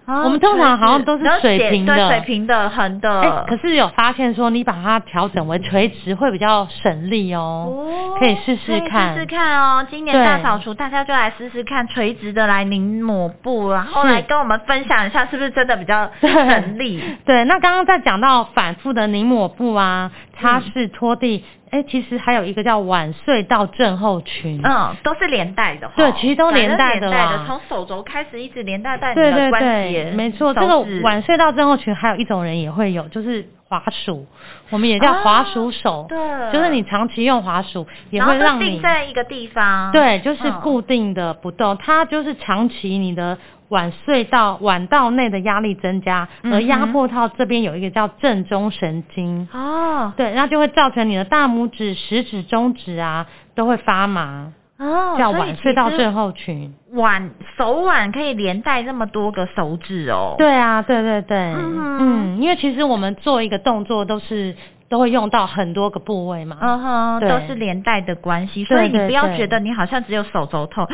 Speaker 2: 哦
Speaker 3: 我们通常好像
Speaker 2: 垂直
Speaker 3: 都是
Speaker 2: 然后
Speaker 3: 水
Speaker 2: 斜
Speaker 3: 平
Speaker 2: 对
Speaker 3: 的
Speaker 2: 水平的、横的。
Speaker 3: 哎、可是有发现说你把它调整为垂直会比较省力哦，
Speaker 2: 哦
Speaker 3: 可以试试看
Speaker 2: 可以试试看哦。今年大
Speaker 3: 对
Speaker 2: 扫除，大家就来试试看垂直的来拧抹布，然后
Speaker 3: 是
Speaker 2: 来跟我们分享一下，是不是真的比 较
Speaker 3: 对
Speaker 2: 省力？
Speaker 3: 对，那刚刚在讲到反复的拧抹布啊、
Speaker 2: 嗯
Speaker 3: 擦拭、拖地，哎、其实还有一个叫晚睡到症候群。
Speaker 2: 嗯，都是连带的哈，
Speaker 3: 对其实都
Speaker 2: 反正
Speaker 3: 连带的
Speaker 2: 连带的，
Speaker 3: 啦
Speaker 2: 从手肘开始一直连带到你
Speaker 3: 对对
Speaker 2: 的关节
Speaker 3: 对，，没错，
Speaker 2: 手
Speaker 3: 这个
Speaker 2: 指
Speaker 3: 晚睡到症候群，还有一种人也会有，就是滑鼠，我们也叫滑鼠手，
Speaker 2: 啊对
Speaker 3: 就是你长期用滑鼠也
Speaker 2: 然后
Speaker 3: 会
Speaker 2: 就
Speaker 3: 让你
Speaker 2: 定在一个地方，
Speaker 3: 对，就是
Speaker 2: 嗯
Speaker 3: 固定的不动，它就是长期你的晚睡到晚到内的压力增加，而压
Speaker 2: 嗯哼
Speaker 3: 迫到这边有一个叫正中神经，
Speaker 2: 哦
Speaker 3: 对，那就会造成你的大拇指、食指、中指啊都会发麻，
Speaker 2: 哦，
Speaker 3: 叫
Speaker 2: 所以
Speaker 3: 晚
Speaker 2: 其
Speaker 3: 睡到
Speaker 2: 实
Speaker 3: 症候群。
Speaker 2: 腕手腕可以连带那么多个手指哦。
Speaker 3: 对啊，对对对，
Speaker 2: 哼
Speaker 3: 嗯，因为其实我们做一个动作都是都会用到很多个部位嘛，
Speaker 2: 嗯哼，
Speaker 3: 对
Speaker 2: 都是连带的关系，所以你
Speaker 3: 对对
Speaker 2: 不要
Speaker 3: 对
Speaker 2: 觉得你好像只有手肘痛，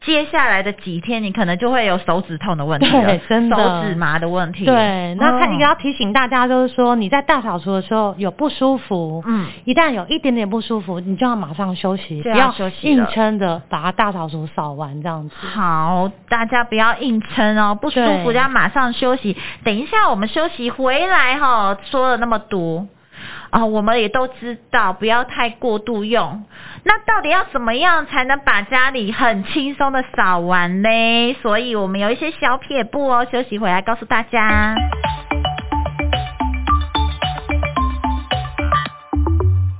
Speaker 2: 接下来的几天你可能就会有手指痛的问题了
Speaker 3: 对，真的
Speaker 2: 手指麻的问题。
Speaker 3: 对，那他
Speaker 2: 嗯
Speaker 3: 也要提醒大家，就是说你在大扫除的时候有不舒服，
Speaker 2: 嗯
Speaker 3: 一旦有一点点不舒服，你就要马上休息，
Speaker 2: 就
Speaker 3: 不
Speaker 2: 要
Speaker 3: 要
Speaker 2: 啊休息了
Speaker 3: 硬撑着把它大扫除扫完这样子。
Speaker 2: 好，大家不要硬撑哦，不舒服
Speaker 3: 对
Speaker 2: 要马上休息。等一下我们休息回来哈、说了那么多。啊、我们也都知道，不要太过度用。那到底要怎么样才能把家里很轻松的扫完呢？所以我们有一些小撇步哦，休息回来告诉大家。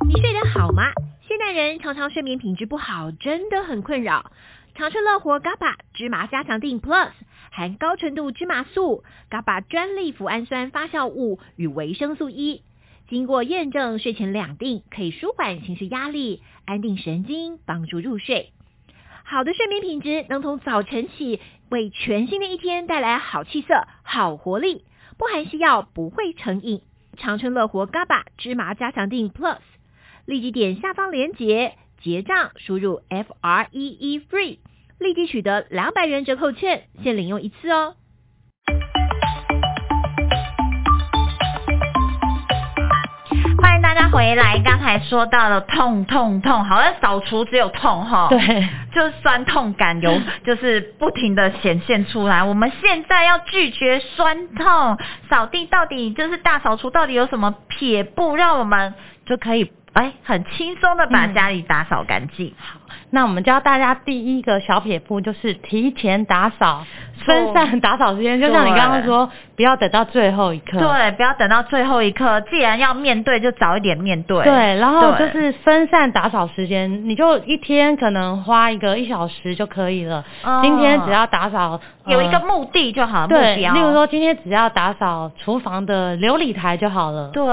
Speaker 1: 你睡得好吗？现代人常常睡眠品质不好，真的很困扰。长春乐活 GABA 芝麻加强定 Plus 含高纯度芝麻素、GABA 专利脯氨酸发酵物与维生素 E，经过验证，睡前两定可以舒缓情绪压力、安定神经，帮助入睡。好的睡眠品质能从早晨起为全新的一天带来好气色、好活力，不含西药，不会成瘾。长春乐活 GABA 芝麻加强定 Plus。立即点下方链接结账，输入 F R E E FREE，立即取得两百元折扣券，限领用一次哦。
Speaker 2: 欢迎大家回来，刚才说到了痛痛痛，好像扫除只有痛哦哈。
Speaker 3: 对，
Speaker 2: 就是酸痛感有，就是不停的显现出来。我们现在要拒绝酸痛，扫地到底就是大扫除，到底有什么撇步，让我们就可以哎很轻松的
Speaker 3: 嗯
Speaker 2: 把家里打扫干净。
Speaker 3: 那我们教大家第一个小撇步就是提前打扫，分散打扫时间，就像你刚刚说，不要等到最后一刻。
Speaker 2: 对，不要等到最后一刻，既然要面对，就早一点面对。
Speaker 3: 对，然后就
Speaker 2: 对
Speaker 3: 是分散打扫时间，你就一天可能花一个一小时就可以了。
Speaker 2: 哦
Speaker 3: 今天只要打扫、呃
Speaker 2: 有一个目的啊就好，目
Speaker 3: 对，
Speaker 2: 标。
Speaker 3: 例如说今天只要打扫厨房的琉璃台就好了。
Speaker 2: 对，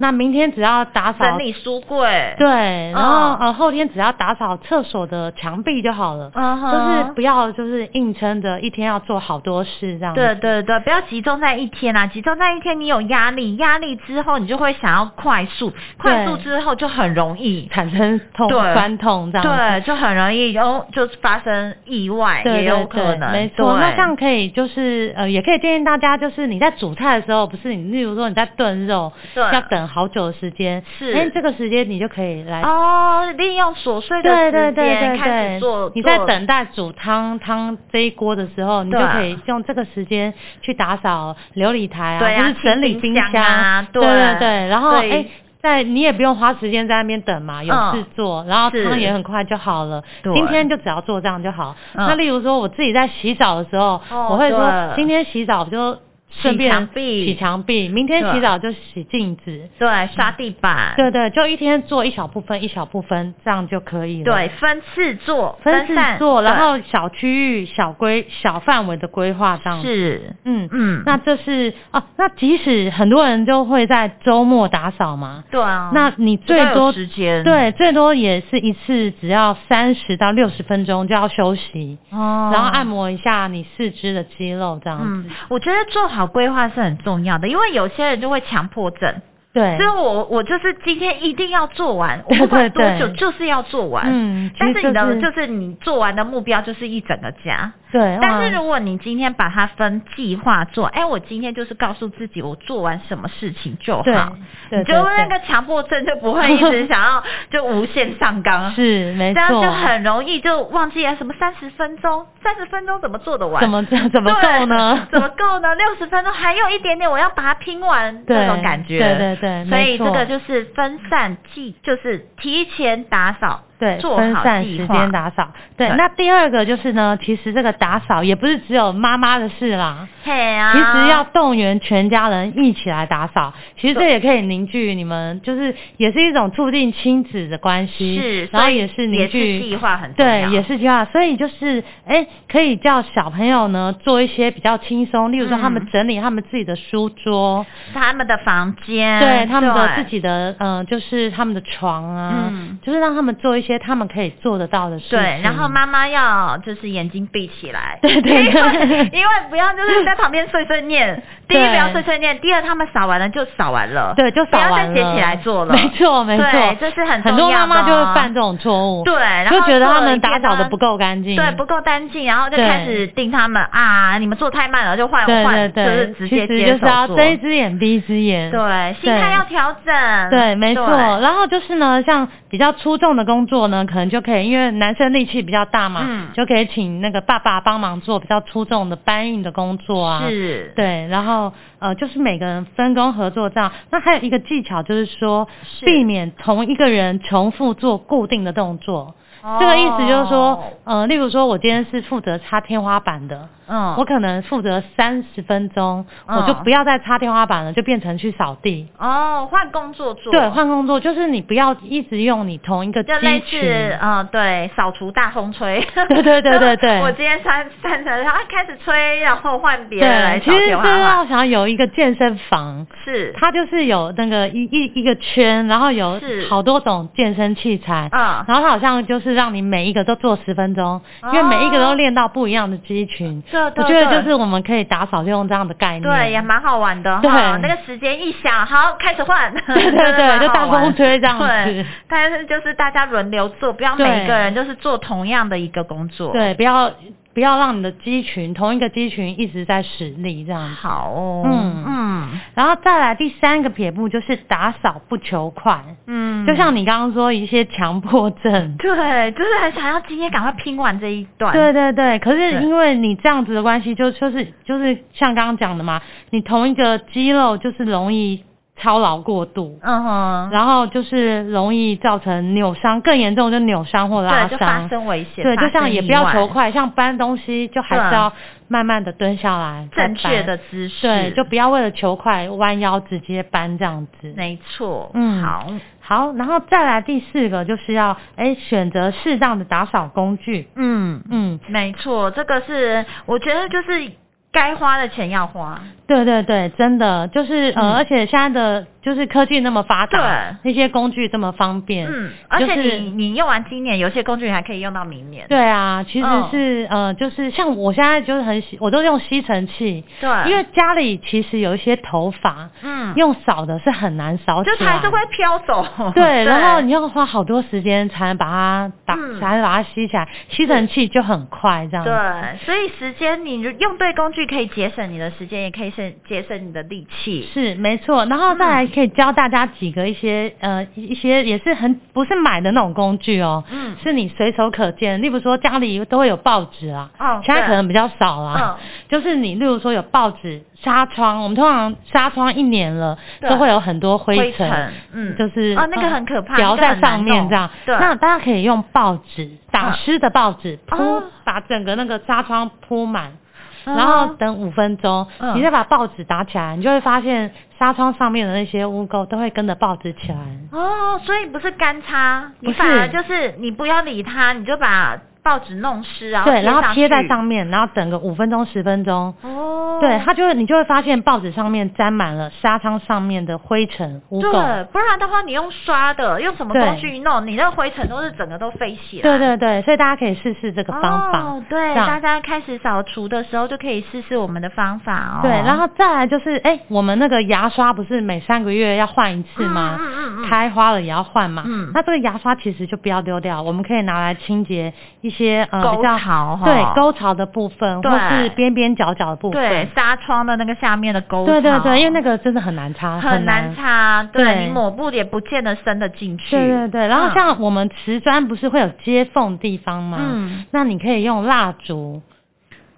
Speaker 3: 那明天只要打扫
Speaker 2: 整理书柜。
Speaker 3: 对，然后、
Speaker 2: 嗯
Speaker 3: 呃后天只要打扫厕所的墙壁就好了。
Speaker 2: 嗯哼
Speaker 3: 就是不要就是硬撑着一天要做好多事这样子。
Speaker 2: 对对对，不要集中在一天啊！集中在一天，你有压力，压力之后你就会想要快速，快速之后就很容易，
Speaker 3: 产生痛
Speaker 2: 对
Speaker 3: 酸痛这样子。
Speaker 2: 对，就很容易哦，就是发生意外也
Speaker 3: 对
Speaker 2: 有可能，
Speaker 3: 对对没错。
Speaker 2: 对
Speaker 3: 那这样可以就是呃，也可以建议大家，就是你在煮菜的时候，不是你，例如说你在炖肉，
Speaker 2: 对
Speaker 3: 要等好久的时间，
Speaker 2: 是
Speaker 3: 哎，这个时间你就可以来。
Speaker 2: 哦，利用琐碎的
Speaker 3: 对
Speaker 2: 时
Speaker 3: 对
Speaker 2: 间
Speaker 3: 对对
Speaker 2: 开始做
Speaker 3: 对，，你在
Speaker 2: 做
Speaker 3: 等待煮汤汤这一锅的时候，你就
Speaker 2: 对啊
Speaker 3: 可以用这个时间去打扫琉璃台啊，
Speaker 2: 对啊
Speaker 3: 或是整理
Speaker 2: 清
Speaker 3: 冰
Speaker 2: 冰箱啊
Speaker 3: 对
Speaker 2: 对
Speaker 3: 对对，然后
Speaker 2: 对
Speaker 3: 哎。在你也不用花时间在那边等嘛，有
Speaker 2: 嗯
Speaker 3: 事做，然后
Speaker 2: 是
Speaker 3: 汤也很快就好了。
Speaker 2: 对
Speaker 3: 今天就只要做这样就好。
Speaker 2: 嗯
Speaker 3: 那例如说我自己在洗澡的时候，
Speaker 2: 哦
Speaker 3: 我会说
Speaker 2: 对
Speaker 3: 今天洗澡就顺便
Speaker 2: 墙壁
Speaker 3: 洗墙壁，明天
Speaker 2: 对
Speaker 3: 洗澡就洗镜子，
Speaker 2: 对，刷地板，
Speaker 3: 对对，就一天做一小部分，一小部分，这样就可以了。
Speaker 2: 对，，分次做，
Speaker 3: 分次
Speaker 2: 散
Speaker 3: 做，然
Speaker 2: 对
Speaker 3: 后小区域、小规、小范围的规划这样。，
Speaker 2: 是，
Speaker 3: 嗯嗯。
Speaker 2: 嗯，
Speaker 3: 那这是哦，那即使很多人就会在周末打扫嘛，
Speaker 2: 对啊，
Speaker 3: 那你最
Speaker 2: 比较有
Speaker 3: 多
Speaker 2: 时间，
Speaker 3: 对，最多也是一次只要三十到六十分钟就要休息，
Speaker 2: 哦，
Speaker 3: 然后按。摩一下你四肢的肌肉这样子。
Speaker 2: 嗯，我觉得做好规划是很重要的，因为有些人就会强迫症，
Speaker 3: 对
Speaker 2: 所以，我我就是哦今天一定要做完，我
Speaker 3: 对
Speaker 2: 不管多
Speaker 3: 对对
Speaker 2: 久就是要做完。
Speaker 3: 嗯其
Speaker 2: 但
Speaker 3: 实
Speaker 2: 是你的
Speaker 3: 就是
Speaker 2: 就是你做完的目标就是一整个家，
Speaker 3: 对，嗯
Speaker 2: 但是
Speaker 3: 哇
Speaker 2: 如果你今天把它分计划做，哎，我今天就是告诉自己我做完什么事情就好，
Speaker 3: 对对
Speaker 2: 你就
Speaker 3: 对
Speaker 2: 那
Speaker 3: 对
Speaker 2: 个强迫症就不会一直想 要就无限上纲，
Speaker 3: 是没
Speaker 2: 这样
Speaker 3: 错，
Speaker 2: 就很容易就忘记哎了什么三十分钟，三十分钟怎么做得完？
Speaker 3: 怎么怎么
Speaker 2: 对
Speaker 3: 够呢？
Speaker 2: 怎么够呢？六十分钟还有一点点，我要把它拼完，
Speaker 3: 对
Speaker 2: 这种感觉。
Speaker 3: 对对对
Speaker 2: 所以
Speaker 3: 没错
Speaker 2: 这个就是分散计，就是提前打扫，
Speaker 3: 对，
Speaker 2: 做
Speaker 3: 分
Speaker 2: 好
Speaker 3: 散
Speaker 2: 计
Speaker 3: 时
Speaker 2: 划
Speaker 3: 间打扫。对，
Speaker 2: 对
Speaker 3: 那第二个就是呢，其实这个打扫也不是只有妈妈的事啦，
Speaker 2: 嘿啊，
Speaker 3: 其实要动员全家人一起来打扫，其实这也可以凝聚你们，就是也是一种促进亲子的关系，
Speaker 2: 是，
Speaker 3: 然后
Speaker 2: 所以
Speaker 3: 也是凝
Speaker 2: 也是
Speaker 3: 聚
Speaker 2: 计。划很重
Speaker 3: 对
Speaker 2: 要，
Speaker 3: 也是计划，所以就是，哎，可以叫小朋友呢做一些比较轻松，例如说他们
Speaker 2: 嗯
Speaker 3: 整理他们自己的书桌，
Speaker 2: 他们的房间，
Speaker 3: 对他们的
Speaker 2: 对
Speaker 3: 自己的，嗯、就是他们的床啊，
Speaker 2: 嗯
Speaker 3: 就是让他们做一些他们可以做得到的事情。
Speaker 2: 对，然后妈妈要就是眼睛闭起来，
Speaker 3: 对对
Speaker 2: 因为
Speaker 3: 对
Speaker 2: 因为不要就是在旁边碎碎 念，第一
Speaker 3: 对
Speaker 2: 不要碎碎念，第二他们扫完了就扫完了，
Speaker 3: 对，就
Speaker 2: 不
Speaker 3: 扫
Speaker 2: 要
Speaker 3: 完
Speaker 2: 再
Speaker 3: 了，
Speaker 2: 接起来做了，
Speaker 3: 没错没错
Speaker 2: 对，，这是很
Speaker 3: 很
Speaker 2: 重
Speaker 3: 多
Speaker 2: 要
Speaker 3: 妈妈
Speaker 2: 的
Speaker 3: 就
Speaker 2: 哦
Speaker 3: 会犯这种错误，
Speaker 2: 对，然后
Speaker 3: 就觉得
Speaker 2: 做
Speaker 3: 他
Speaker 2: 了
Speaker 3: 们
Speaker 2: 一
Speaker 3: 打
Speaker 2: 遍
Speaker 3: 扫的
Speaker 2: 呢
Speaker 3: 不够干净，
Speaker 2: 对，不够干净，然后就
Speaker 3: 对
Speaker 2: 开始盯他们啊，你们做太慢了，就换
Speaker 3: 对对
Speaker 2: 换，就是
Speaker 3: 对，
Speaker 2: 直
Speaker 3: 其
Speaker 2: 接
Speaker 3: 实
Speaker 2: 接
Speaker 3: 就
Speaker 2: 手
Speaker 3: 是要
Speaker 2: 做。
Speaker 3: 睁一只眼闭一只眼，
Speaker 2: 对，心态
Speaker 3: 对
Speaker 2: 要调整。
Speaker 3: 对，没错。
Speaker 2: 对
Speaker 3: 然后就是呢，像比较出众的工作呢，可能就可以，因为男生力气比较大嘛，
Speaker 2: 嗯
Speaker 3: 就可以请那个爸爸帮忙做比较出众的搬运的工作啊。
Speaker 2: 是，
Speaker 3: 对，然后呃，就是每个人分工合作这样。那还有一个技巧就是说，
Speaker 2: 是
Speaker 3: 避免同一个人重复做固定的动作。
Speaker 2: 哦
Speaker 3: 这个意思就是说，呃，例如说我今天是负责擦天花板的，
Speaker 2: 嗯，
Speaker 3: 我可能负责三十分钟，我就
Speaker 2: 嗯
Speaker 3: 不要再擦天花板了，就变成去扫地。
Speaker 2: 哦，换工作做，
Speaker 3: 对，换工作就是你不要一直用你同一个
Speaker 2: 就
Speaker 3: 机
Speaker 2: 类似
Speaker 3: 群。
Speaker 2: 嗯，对，扫除大风吹。
Speaker 3: 对对对对对
Speaker 2: 我今天三三的，然后开始吹，然后换别人来
Speaker 3: 对，
Speaker 2: 扫
Speaker 3: 其实
Speaker 2: 天
Speaker 3: 这
Speaker 2: 花
Speaker 3: 让
Speaker 2: 板。
Speaker 3: 我想有一个健身房，
Speaker 2: 是，
Speaker 3: 它就是有那个一一一个圈，然后有
Speaker 2: 是
Speaker 3: 好多种健身器材，
Speaker 2: 嗯
Speaker 3: 然后它好像就是让你每一个都做十分钟，因为每一个都练到不一样的肌群。
Speaker 2: 对哦对
Speaker 3: 我觉
Speaker 2: 对
Speaker 3: 得就是我们可以打扫就用这样的概念。
Speaker 2: 对，也蛮好玩的
Speaker 3: 对
Speaker 2: 哈。那个时间一响，好，开始 换。对
Speaker 3: 对对就大风吹这样子
Speaker 2: 对，但是就是大家轮流做，不要
Speaker 3: 对
Speaker 2: 每一个人就是做同样的一个工作。，
Speaker 3: 对，不要不要让你的肌群同一个肌群一直在使力这样子。
Speaker 2: 好哦。
Speaker 3: 嗯
Speaker 2: 嗯
Speaker 3: 然后再来第三个撇步就是打扫不求快，
Speaker 2: 嗯，
Speaker 3: 就像你刚刚说一些强迫症。
Speaker 2: 对，就是很想要今天赶快拼完这一段。
Speaker 3: 对对对，可是
Speaker 2: 对
Speaker 3: 因为你这样子的关系，就就是就是像刚刚讲的嘛，你同一个肌肉就是容易操劳过度，
Speaker 2: 嗯哼，
Speaker 3: 然后就是容易造成扭伤，更严重就扭伤或拉
Speaker 2: 对，就发
Speaker 3: 伤。
Speaker 2: 生危险。
Speaker 3: 对，
Speaker 2: 发
Speaker 3: 就像
Speaker 2: 生
Speaker 3: 也
Speaker 2: 意
Speaker 3: 不要
Speaker 2: 外
Speaker 3: 求快，像搬东西就还
Speaker 2: 对啊
Speaker 3: 是要慢慢的蹲下来，再
Speaker 2: 正确
Speaker 3: 搬
Speaker 2: 的姿势，
Speaker 3: 对，就不要为了求快弯腰直接搬这样子。
Speaker 2: 没错。
Speaker 3: 嗯
Speaker 2: 好，
Speaker 3: 好，然后再来第四个就是要哎选择适当的打扫工具。
Speaker 2: 嗯，
Speaker 3: 嗯，
Speaker 2: 没错，这个是我觉得就是该花的钱要花，
Speaker 3: 对对对，真的就是呃，
Speaker 2: 嗯
Speaker 3: 而且现在的就是科技那么发达，那些工具这么方便，
Speaker 2: 嗯，而且
Speaker 3: 就
Speaker 2: 你、
Speaker 3: 是
Speaker 2: 你用完今年，有些工具还可以用到明年。
Speaker 3: 对啊，其实
Speaker 2: 嗯
Speaker 3: 是、呃，就是像我现在就是很喜，我都用吸尘器，
Speaker 2: 对，
Speaker 3: 因为家里其实有一些头发，
Speaker 2: 嗯，
Speaker 3: 用扫的是很难扫起
Speaker 2: 就
Speaker 3: 来，
Speaker 2: 它还是会飘走。
Speaker 3: 对，然后你要花好多时间才能把它打，
Speaker 2: 嗯
Speaker 3: 才能把它吸起来，吸尘器就很快这样子。
Speaker 2: 对，所以时间你用对工具可以节省你的时间，也可以省节省你的力气。
Speaker 3: 是没错，然后再来可以教大家几个一些、呃一些也是很不是买的那种工具哦，
Speaker 2: 嗯
Speaker 3: 是你随手可见，例如说家里都会有报纸啊，
Speaker 2: 哦
Speaker 3: 现在
Speaker 2: 对
Speaker 3: 可能比较少啦，
Speaker 2: 嗯
Speaker 3: 就是你例如说有报纸、纱窗，我们通常纱窗一年了
Speaker 2: 对
Speaker 3: 都会有很多
Speaker 2: 灰
Speaker 3: 尘，
Speaker 2: 尘嗯
Speaker 3: 就是
Speaker 2: 哦那个很可怕那
Speaker 3: 掉
Speaker 2: 个
Speaker 3: 在
Speaker 2: 很难
Speaker 3: 上面
Speaker 2: 弄
Speaker 3: 这样，
Speaker 2: 对
Speaker 3: 那大家可以用报纸打
Speaker 2: 嗯
Speaker 3: 湿的报纸铺、
Speaker 2: 哦
Speaker 3: 把整个那个纱窗铺满。
Speaker 2: 嗯
Speaker 3: 然后等五分钟，
Speaker 2: 嗯
Speaker 3: 你再把报纸打起来，你就会发现纱窗上面的那些污垢都会跟着报纸起来。
Speaker 2: 哦，所以不是干擦，
Speaker 3: 不
Speaker 2: 你
Speaker 3: 是
Speaker 2: 反而就是你不要理它，你就把报纸弄湿，然后
Speaker 3: 对，然后贴在
Speaker 2: 去
Speaker 3: 上。面，然后等个五分钟十分钟，
Speaker 2: 哦，
Speaker 3: 对，它就会你就会发现报纸上面沾满了纱窗上面的灰尘污垢。
Speaker 2: 对，不然的话你用刷的，用什么
Speaker 3: 对
Speaker 2: 工具弄，你那个灰尘都是整个都飞起来。
Speaker 3: 对对对，所以大家可以试试这个方法。
Speaker 2: 哦，
Speaker 3: 这
Speaker 2: 对，
Speaker 3: 样
Speaker 2: 大家开始扫除的时候就可以试试我们的方法哦。
Speaker 3: 对，然后再来就是，哎、我们那个牙刷不是每三个月要换一次吗？
Speaker 2: 嗯嗯嗯嗯
Speaker 3: 开花了也要换嘛。
Speaker 2: 嗯
Speaker 3: 那这个牙刷其实就不要丢掉，我们可以拿来清洁一些呃
Speaker 2: 沟
Speaker 3: 比较
Speaker 2: 槽哈
Speaker 3: 对沟槽的部分，
Speaker 2: 对
Speaker 3: 或是边边角角的部分。
Speaker 2: 对纱窗的那个下面的沟槽，
Speaker 3: 对对对，因为那个真的很难擦，
Speaker 2: 很难
Speaker 3: 难。
Speaker 2: 擦，
Speaker 3: 对
Speaker 2: 对你抹布也不见得伸得进去。
Speaker 3: 对对对，然后像我们瓷砖不是会有接缝地方吗？
Speaker 2: 嗯
Speaker 3: 那你可以用蜡烛，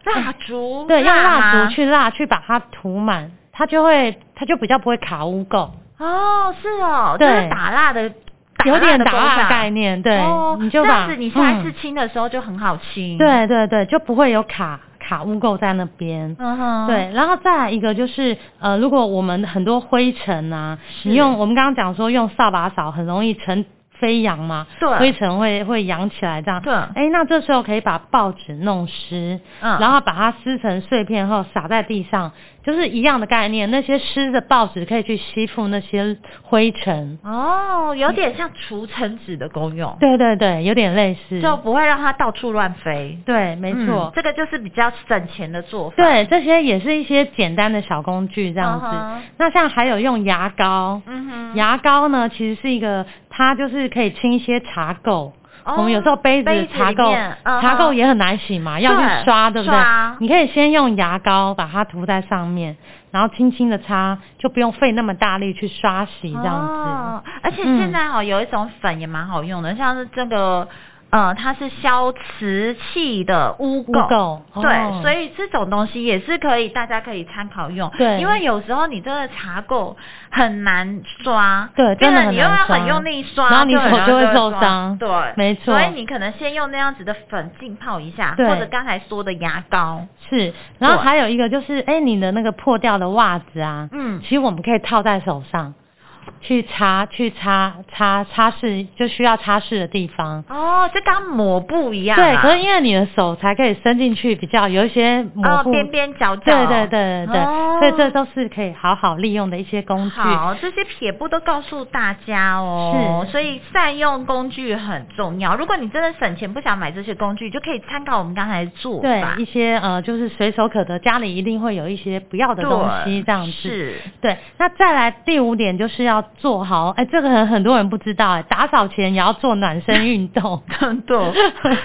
Speaker 2: 蜡烛，
Speaker 3: 对，用蜡
Speaker 2: 吗
Speaker 3: 烛去蜡去把它涂满，它就会它就比较不会卡污垢。
Speaker 2: 哦，是哦，就
Speaker 3: 对
Speaker 2: 是打蜡的，打
Speaker 3: 有点
Speaker 2: 的
Speaker 3: 打
Speaker 2: 工
Speaker 3: 蜡的
Speaker 2: 厂
Speaker 3: 概念，对，
Speaker 2: 哦，
Speaker 3: 你就
Speaker 2: 这
Speaker 3: 把
Speaker 2: 样子，你下一次
Speaker 3: 嗯
Speaker 2: 清的时候就很好清。，
Speaker 3: 对对对，就不会有卡卡污垢在那边。
Speaker 2: 嗯哼，
Speaker 3: 对，然后再来一个就是，呃，如果我们很多灰尘啊，
Speaker 2: 是
Speaker 3: 你用我们刚刚讲说用扫把扫很容易尘飞扬嘛，
Speaker 2: 对
Speaker 3: 灰尘会会扬起来这样。
Speaker 2: 对
Speaker 3: 哎，那这时候可以把报纸弄湿，
Speaker 2: 嗯
Speaker 3: 然后把它撕成碎片后撒在地上，就是一样的概念。那些湿的报纸可以去吸附那些灰尘。
Speaker 2: 哦，有点像除尘纸的功用，
Speaker 3: 对对对，有点类似。
Speaker 2: 就不会让它到处乱飞。
Speaker 3: 对，嗯没
Speaker 2: 嗯。
Speaker 3: 错
Speaker 2: 这个就是比较省钱的做法。
Speaker 3: 对，这些也是一些简单的小工具这样子。
Speaker 2: 嗯哼
Speaker 3: 那像还有用牙膏，
Speaker 2: 嗯哼，
Speaker 3: 牙膏呢其实是一个，它就是可以清一些茶
Speaker 2: 哦
Speaker 3: 垢。我们有时候杯子
Speaker 2: 杯子
Speaker 3: 茶
Speaker 2: 里
Speaker 3: 垢
Speaker 2: 面，嗯哼
Speaker 3: 茶垢也很难洗嘛，要去
Speaker 2: 对
Speaker 3: 刷，对不对
Speaker 2: 刷？
Speaker 3: 你可以先用牙膏把它涂在上面，然后轻轻的擦，就不用费那么大力去刷洗这样子。
Speaker 2: 哦，而且
Speaker 3: 嗯
Speaker 2: 现在哈、有一种粉也蛮好用的，像是这个。呃，它是消瓷器的污垢，
Speaker 3: 污垢哦
Speaker 2: 对，所以这种东西也是可以，大家可以参考用。
Speaker 3: 对
Speaker 2: 因为有时候你真的查垢很难刷，
Speaker 3: 对
Speaker 2: 变
Speaker 3: 真的
Speaker 2: 得
Speaker 3: 很
Speaker 2: 你又要
Speaker 3: 难刷
Speaker 2: 很用力刷，
Speaker 3: 然后你
Speaker 2: 对
Speaker 3: 手就会
Speaker 2: 然后
Speaker 3: 受伤
Speaker 2: 对，
Speaker 3: 没错
Speaker 2: 所以你可能先用那样子的粉浸泡一下，
Speaker 3: 对
Speaker 2: 或者刚才说的牙膏，
Speaker 3: 是，然后
Speaker 2: 对
Speaker 3: 还有一个就是，哎，你的那个破掉的袜子啊，
Speaker 2: 嗯
Speaker 3: 其实我们可以套在手上，去擦去擦擦擦拭，就需要擦拭的地方。
Speaker 2: 哦，就跟抹布一样啊、
Speaker 3: 对，可是因为你的手才可以伸进去，比较有一些模
Speaker 2: 哦
Speaker 3: 糊。
Speaker 2: 边边角角，
Speaker 3: 对对对对对，
Speaker 2: 哦
Speaker 3: 所以这都是可以好好利用的一些工具。
Speaker 2: 好，这些撇步都告诉大家哦。
Speaker 3: 是
Speaker 2: 所以善用工具很重要。如果你真的省钱不想买这些工具，就可以参考我们刚才的做
Speaker 3: 对
Speaker 2: 法，
Speaker 3: 一些呃，就是随手可得，家里一定会有一些不要的
Speaker 2: 对
Speaker 3: 东西这样子。
Speaker 2: 是
Speaker 3: 对，那再来第五点就是要做好，哎，这个很很多人不知道，哎，打扫前也要做暖身运动。
Speaker 2: 对，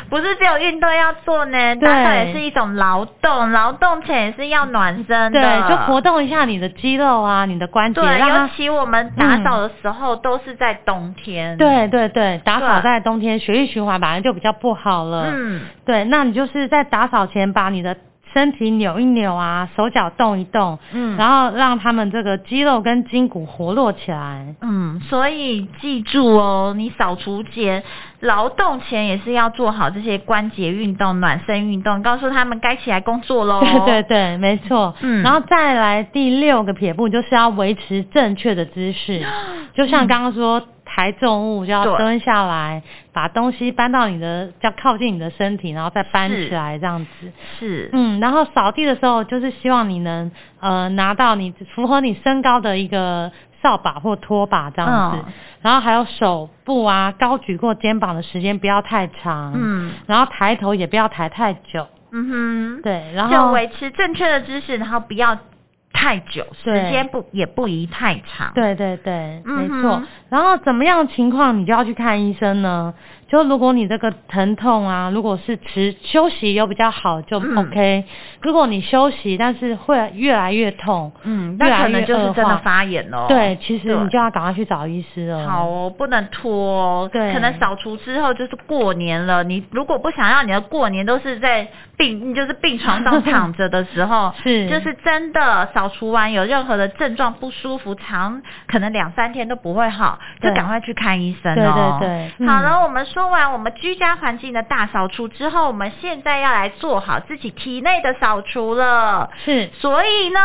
Speaker 2: 不是只有运动要做呢，
Speaker 3: 对
Speaker 2: 打扫也是一种劳动，劳动前也是要暖身的，
Speaker 3: 对，就活动一下你的肌肉啊，你的关节，
Speaker 2: 对，
Speaker 3: 让
Speaker 2: 尤
Speaker 3: 它。
Speaker 2: 其我们打扫的时候都是在冬天，，
Speaker 3: 对对对，打扫
Speaker 2: 对
Speaker 3: 在冬天，血液循环本来就比较不好了。
Speaker 2: 嗯，
Speaker 3: 对，那你就是在打扫前把你的身体扭一扭啊，手脚动一动，
Speaker 2: 嗯
Speaker 3: 然后让他们这个肌肉跟筋骨活络起来。
Speaker 2: 嗯，所以记住哦，你扫除前、劳动前也是要做好这些关节运动、暖身运动，告诉他们该起来工作喽。
Speaker 3: 对对对，没错。
Speaker 2: 哦嗯
Speaker 3: 然后再来第六个撇步，就是要维持正确的姿 势，就像刚刚说。抬重物就要
Speaker 2: 对
Speaker 3: 蹲下来，把东西搬到你的，要靠近你的身体，然后再搬
Speaker 2: 是
Speaker 3: 起来这样子。
Speaker 2: 是，
Speaker 3: 嗯，然后扫地的时候，就是希望你能呃拿到你符合你身高的一个扫把或拖把这样子。
Speaker 2: 嗯
Speaker 3: 然后还有手部啊，高举过肩膀的时间不要太长。
Speaker 2: 嗯
Speaker 3: 然后抬头也不要抬太久。
Speaker 2: 嗯
Speaker 3: 对，然
Speaker 2: 哼，就
Speaker 3: 后
Speaker 2: 维持正确的姿势，然后不要太久，时
Speaker 3: 对
Speaker 2: 间不也不宜太长。，
Speaker 3: 对对对，没
Speaker 2: 嗯哼
Speaker 3: 错。然后怎么样情况你就要去看医生呢？就如果你这个疼痛啊，如果是持休息又比较好就
Speaker 2: 嗯
Speaker 3: OK，、如果你休息但是会越来越痛，
Speaker 2: 嗯，
Speaker 3: 越
Speaker 2: 那
Speaker 3: 来
Speaker 2: 可能
Speaker 3: 越
Speaker 2: 就是
Speaker 3: 恶
Speaker 2: 真的
Speaker 3: 化
Speaker 2: 发炎哦。
Speaker 3: 对，其实
Speaker 2: 对
Speaker 3: 你就要赶快去找医师了。
Speaker 2: 好哦，不能拖哦。
Speaker 3: 对
Speaker 2: 可能扫除之后就是过年了。你如果不想要你的过年都是在病，就是病床上躺着的时候，
Speaker 3: 是
Speaker 2: 就是真的扫除完有任何的症状不舒服，长可能两三天都不会好，就
Speaker 3: 对
Speaker 2: 赶快去看医生
Speaker 3: 对
Speaker 2: 哦。
Speaker 3: 对对
Speaker 2: 好
Speaker 3: 嗯
Speaker 2: 了，我们说说完我们居家环境的大扫除之后，我们现在要来做好自己体内的扫除了。
Speaker 3: 是
Speaker 2: 所以呢，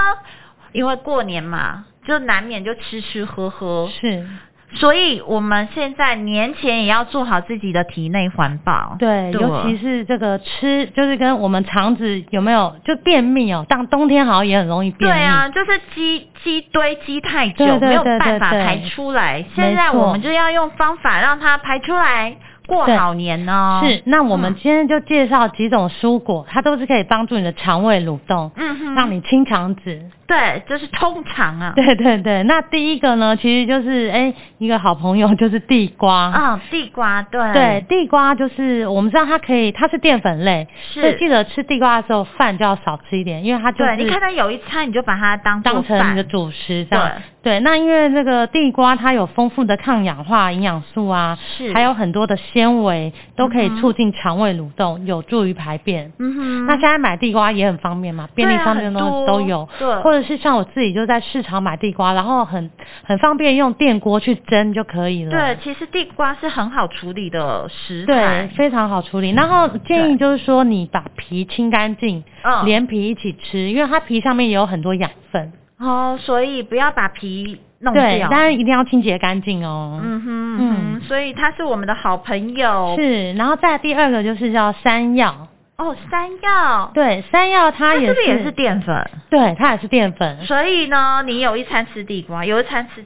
Speaker 2: 因为过年嘛，就难免就吃吃喝喝，
Speaker 3: 是，
Speaker 2: 所以我们现在年前也要做好自己的体内环保。
Speaker 3: 对，尤其是这个吃，就是跟我们肠子有没有就便秘哦，当冬天好像也很容易便
Speaker 2: 对
Speaker 3: 秘。
Speaker 2: 啊，就是积积堆积太久，
Speaker 3: 对对
Speaker 2: 没有
Speaker 3: 对
Speaker 2: 办法
Speaker 3: 对对
Speaker 2: 排出来。
Speaker 3: 错
Speaker 2: 现在我们就要用方法让它排出来，过
Speaker 3: 对
Speaker 2: 好年呢、
Speaker 3: 是，，那我们
Speaker 2: 嗯
Speaker 3: 今天就介绍几种蔬果，它都是可以帮助你的肠胃蠕动，
Speaker 2: 嗯哼，
Speaker 3: 让你清肠子。
Speaker 2: 对，就是通常啊，
Speaker 3: 对对对，那第一个呢，其实就是哎、一个好朋友就是地瓜。
Speaker 2: 嗯，地瓜，对，
Speaker 3: 对，，地瓜就是我们知道它可以，它是淀粉类，所以记
Speaker 2: 是，
Speaker 3: 得吃地瓜的时候饭就要少吃一点，因为它就
Speaker 2: 对，你看
Speaker 3: 是
Speaker 2: 它有一餐，你就把它当做
Speaker 3: 当成
Speaker 2: 饭
Speaker 3: 你的，主食这样。对，那因为那个地瓜它有丰富的抗氧化营养素啊，
Speaker 2: 是，
Speaker 3: 还有很多的纤维，都可以
Speaker 2: 嗯哼
Speaker 3: 促进肠胃蠕动，有助于排便。
Speaker 2: 嗯哼，
Speaker 3: 那现在买地瓜也很方便嘛，便利商店
Speaker 2: 对啊
Speaker 3: 都
Speaker 2: 很多
Speaker 3: 都有，
Speaker 2: 对
Speaker 3: 或者是像我自己就在市场买地瓜，然后很很方便用电锅去蒸就可以了。
Speaker 2: 对，其实地瓜是很好处理的食
Speaker 3: 对
Speaker 2: 材，，
Speaker 3: 非常好处理。然后建议就是说，你把皮清干净，
Speaker 2: 嗯
Speaker 3: 连皮一起吃，因为它皮上面也有很多养分。
Speaker 2: 哦，所以不要把皮弄
Speaker 3: 对，
Speaker 2: 掉，
Speaker 3: 当然一定要清洁干净哦。
Speaker 2: 嗯哼嗯
Speaker 3: 嗯
Speaker 2: 哼，所以它是我们的好朋友，
Speaker 3: 是，然后再来第二个就是叫山药，
Speaker 2: 哦，山药，
Speaker 3: 对，山药它
Speaker 2: 它
Speaker 3: 也
Speaker 2: 是不是也是淀粉？
Speaker 3: 对，它也是淀粉。
Speaker 2: 所以呢，你有一餐吃地瓜，有一餐吃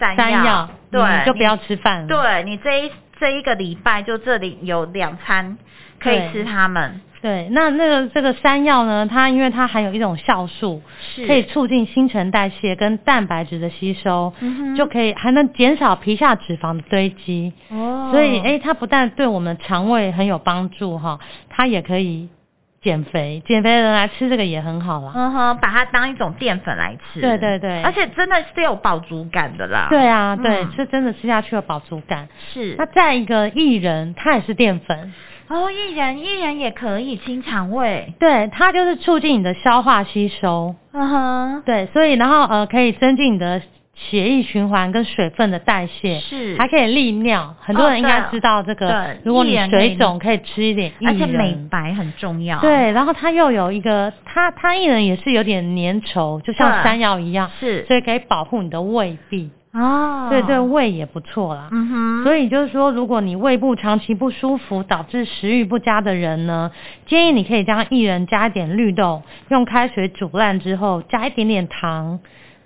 Speaker 2: 山药，
Speaker 3: 山药，
Speaker 2: 对，
Speaker 3: 你就不要吃饭
Speaker 2: 你。对
Speaker 3: 了。
Speaker 2: 你这一这一个礼拜就这里有两餐可以
Speaker 3: 对
Speaker 2: 吃它们，
Speaker 3: 对，那那个这个山药呢，它因为它含有一种酵素，
Speaker 2: 是
Speaker 3: 可以促进新陈代谢跟蛋白质的吸收，
Speaker 2: 嗯哼
Speaker 3: 就可以还能减少皮下脂肪的堆积。
Speaker 2: 哦
Speaker 3: 所以，哎，它不但对我们肠胃很有帮助哈，它也可以减肥，减肥的人来吃这个也很好啦。
Speaker 2: 嗯哼，把它当一种淀粉来吃，
Speaker 3: 对对对
Speaker 2: 而且真的是有饱足感的啦，
Speaker 3: 对啊，对
Speaker 2: 嗯，
Speaker 3: 这真的吃下去有饱足感。
Speaker 2: 是
Speaker 3: 那再一个薏仁，它也是淀粉，
Speaker 2: 哦，薏仁薏仁也可以清肠胃，
Speaker 3: 对，它就是促进你的消化吸收，
Speaker 2: 嗯哼，
Speaker 3: 对，所以然后呃，可以增进你的血液循环跟水分的代谢，
Speaker 2: 是
Speaker 3: 还可以利尿。很多
Speaker 2: 哦
Speaker 3: 人应
Speaker 2: 对
Speaker 3: 该知道这个，
Speaker 2: 对
Speaker 3: 如果
Speaker 2: 薏
Speaker 3: 你
Speaker 2: 仁可以
Speaker 3: 水肿可以吃一点薏仁，
Speaker 2: 而且美白很重要，，
Speaker 3: 对，然后它又有一个，它它薏仁也是有点粘稠，就像
Speaker 2: 对
Speaker 3: 山药一样，
Speaker 2: 是
Speaker 3: 所以可以保护你的胃壁，
Speaker 2: 哦，
Speaker 3: 对对，胃也不错啦。
Speaker 2: 嗯哼，
Speaker 3: 所以就是说，如果你胃部长期不舒服导致食欲不佳的人呢，建议你可以将薏仁加一点绿豆，用开水煮烂之后加一点点糖，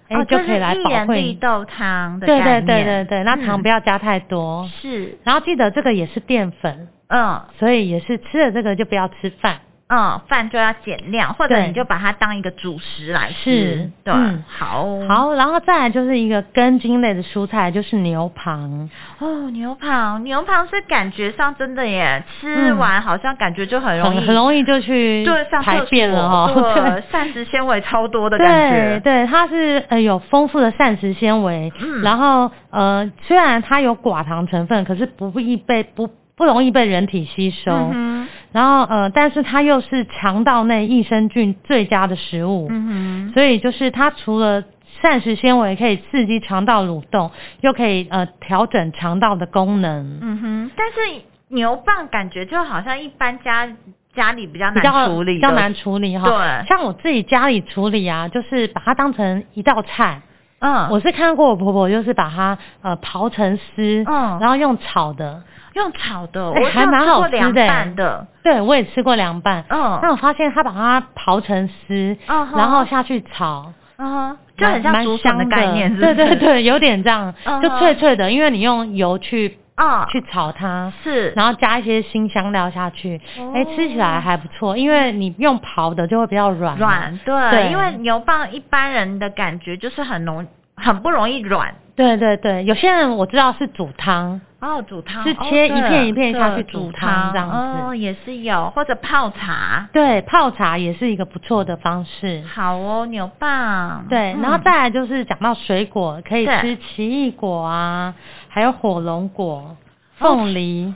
Speaker 3: 哎、
Speaker 2: 哦，
Speaker 3: 就
Speaker 2: 这
Speaker 3: 可以
Speaker 2: 是
Speaker 3: 来
Speaker 2: 薏
Speaker 3: 保
Speaker 2: 仁
Speaker 3: 护
Speaker 2: 绿
Speaker 3: 你。
Speaker 2: 豆汤的
Speaker 3: 对
Speaker 2: 概念，
Speaker 3: 对
Speaker 2: 嗯
Speaker 3: 对对对，那糖不
Speaker 2: 要、
Speaker 3: 要加太多。
Speaker 2: 是，
Speaker 3: 然后记得这个也是淀粉，
Speaker 2: 嗯
Speaker 3: 所以也是吃了这个就不要吃饭。
Speaker 2: 嗯，饭就要减量，或者
Speaker 3: 对
Speaker 2: 你就把它当一个主食来吃
Speaker 3: 是，
Speaker 2: 对，
Speaker 3: 嗯
Speaker 2: 好哦
Speaker 3: 好，然后再来就是一个根茎类的蔬菜，就是牛旁。
Speaker 2: 哦，牛旁牛旁是感觉上真的耶，吃
Speaker 3: 嗯
Speaker 2: 完好像感觉就很容易、
Speaker 3: 很很容易就去
Speaker 2: 对上
Speaker 3: 排
Speaker 2: 厕
Speaker 3: 便了
Speaker 2: 所
Speaker 3: 哦。对
Speaker 2: 对，膳食纤维超多的感
Speaker 3: 对
Speaker 2: 觉，
Speaker 3: 对，它是呃有丰富的膳食纤维，
Speaker 2: 嗯
Speaker 3: 然后呃虽然它有寡糖成分，可是不易被不不容易被人体吸收，
Speaker 2: 嗯哼，
Speaker 3: 然后呃但是它又是肠道内益生菌最佳的食物，
Speaker 2: 嗯哼，
Speaker 3: 所以就是它除了膳食纤维可以刺激肠道蠕动，又可以呃调整肠道的功能。
Speaker 2: 嗯哼，但是牛蒡感觉就好像一般家家里比较
Speaker 3: 比
Speaker 2: 难
Speaker 3: 较
Speaker 2: 处理，
Speaker 3: 比较难，处理哈，
Speaker 2: 对
Speaker 3: 像我自己家里处理啊，就是把它当成一道菜，
Speaker 2: 嗯，
Speaker 3: 我是看过我婆婆，就是把它呃刨成丝，
Speaker 2: 嗯
Speaker 3: 然后用炒的。
Speaker 2: 用炒的，
Speaker 3: 哎
Speaker 2: 我
Speaker 3: 还蛮好
Speaker 2: 有吃过
Speaker 3: 吃的
Speaker 2: 凉拌的，
Speaker 3: 对，我也吃过凉拌。
Speaker 2: 嗯
Speaker 3: 那我发现她把它刨成丝，
Speaker 2: 嗯哼
Speaker 3: 然后下去炒，
Speaker 2: 嗯，就很像
Speaker 3: 蛮
Speaker 2: 竹
Speaker 3: 蛮
Speaker 2: 笋
Speaker 3: 香
Speaker 2: 的概念，是不
Speaker 3: 对
Speaker 2: 是
Speaker 3: 对，对，有点这样
Speaker 2: 嗯，
Speaker 3: 就
Speaker 2: 哼
Speaker 3: 脆脆的，因为你用油去
Speaker 2: 嗯，
Speaker 3: 去炒它。
Speaker 2: 是，
Speaker 3: 然后加一些新香料下去，
Speaker 2: 哦
Speaker 3: 哎、吃起来还不错，因为你用刨的就会比较软。
Speaker 2: 软，对，
Speaker 3: 对
Speaker 2: 因为牛蒡一般人的感觉就是很容很不容易软。
Speaker 3: 对对对，有些人我知道是煮汤，
Speaker 2: 哦，煮汤
Speaker 3: 是
Speaker 2: 哦
Speaker 3: 切一
Speaker 2: 对
Speaker 3: 片一片
Speaker 2: 对
Speaker 3: 下去
Speaker 2: 煮
Speaker 3: 煮汤这样子
Speaker 2: 哦，也是有，或者泡茶。
Speaker 3: 对，泡茶也是一个不错的方式。
Speaker 2: 好哦，牛蒡。
Speaker 3: 对，
Speaker 2: 嗯
Speaker 3: 然后再来就是讲到水果，可以
Speaker 2: 对
Speaker 3: 吃奇异果啊，还有哦火龙果、凤梨、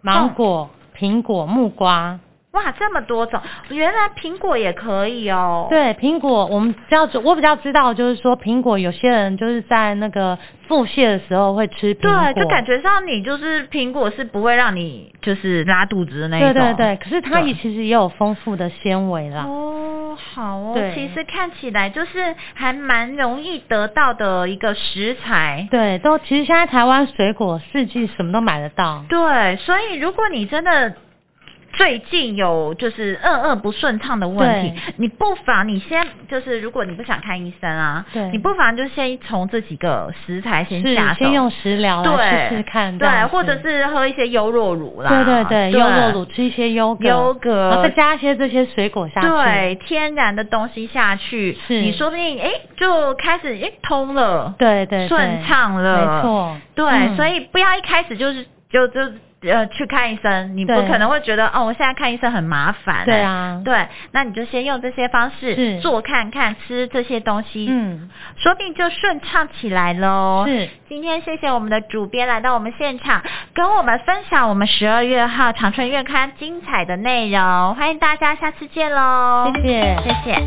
Speaker 3: 芒果、苹果、木瓜。
Speaker 2: 哇，这么多种，原来苹果也可以哦。，
Speaker 3: 对，苹果我们比较我比较知道，就是说苹果有些人就是在那个腹泻的时候会吃苹果，
Speaker 2: 对，就感觉上你就是苹果是不会让你就是拉肚子的那一
Speaker 3: 对
Speaker 2: 种。
Speaker 3: 对对，可是它也
Speaker 2: 对
Speaker 3: 其实也有丰富的纤维啦。
Speaker 2: 哦，好哦，
Speaker 3: 对
Speaker 2: 其实看起来就是还蛮容易得到的一个食材。
Speaker 3: 对，都其实现在台湾水果四季什么都买得到。
Speaker 2: 对，所以如果你真的最近有就是饿饿不顺畅的问题，你不妨你先就是如果你不想看医生啊
Speaker 3: 对，
Speaker 2: 你不妨就先从这几个食材先
Speaker 3: 是
Speaker 2: 下手，
Speaker 3: 先用食疗
Speaker 2: 对
Speaker 3: 来试试看，这
Speaker 2: 对，
Speaker 3: 样
Speaker 2: 或者
Speaker 3: 子
Speaker 2: 是喝一些优酪乳啦，
Speaker 3: 对对对，优酪乳吃一些优格，
Speaker 2: 优格
Speaker 3: 然后再加一些这些水果下去。
Speaker 2: 对天然的东西下去，
Speaker 3: 是
Speaker 2: 你说不定哎就开始哎通了，
Speaker 3: 对对对
Speaker 2: 顺畅了
Speaker 3: 没错，
Speaker 2: 对，
Speaker 3: 嗯
Speaker 2: 所以不要一开始就是就就呃去看医生，你不
Speaker 3: 对
Speaker 2: 可能会觉得哦，我现在看医生很麻烦、欸
Speaker 3: 对啊
Speaker 2: 对，那你就先用这些方
Speaker 3: 是
Speaker 2: 式做看看，吃这些东西，，
Speaker 3: 嗯
Speaker 2: 说不定就顺畅起来喽。
Speaker 3: 是。
Speaker 2: 今天谢谢我们的主编来到我们现场，跟我们分享我们十二月号《长春月刊》精彩的内容，欢迎大家下次见喽！
Speaker 3: 谢谢
Speaker 2: 谢谢。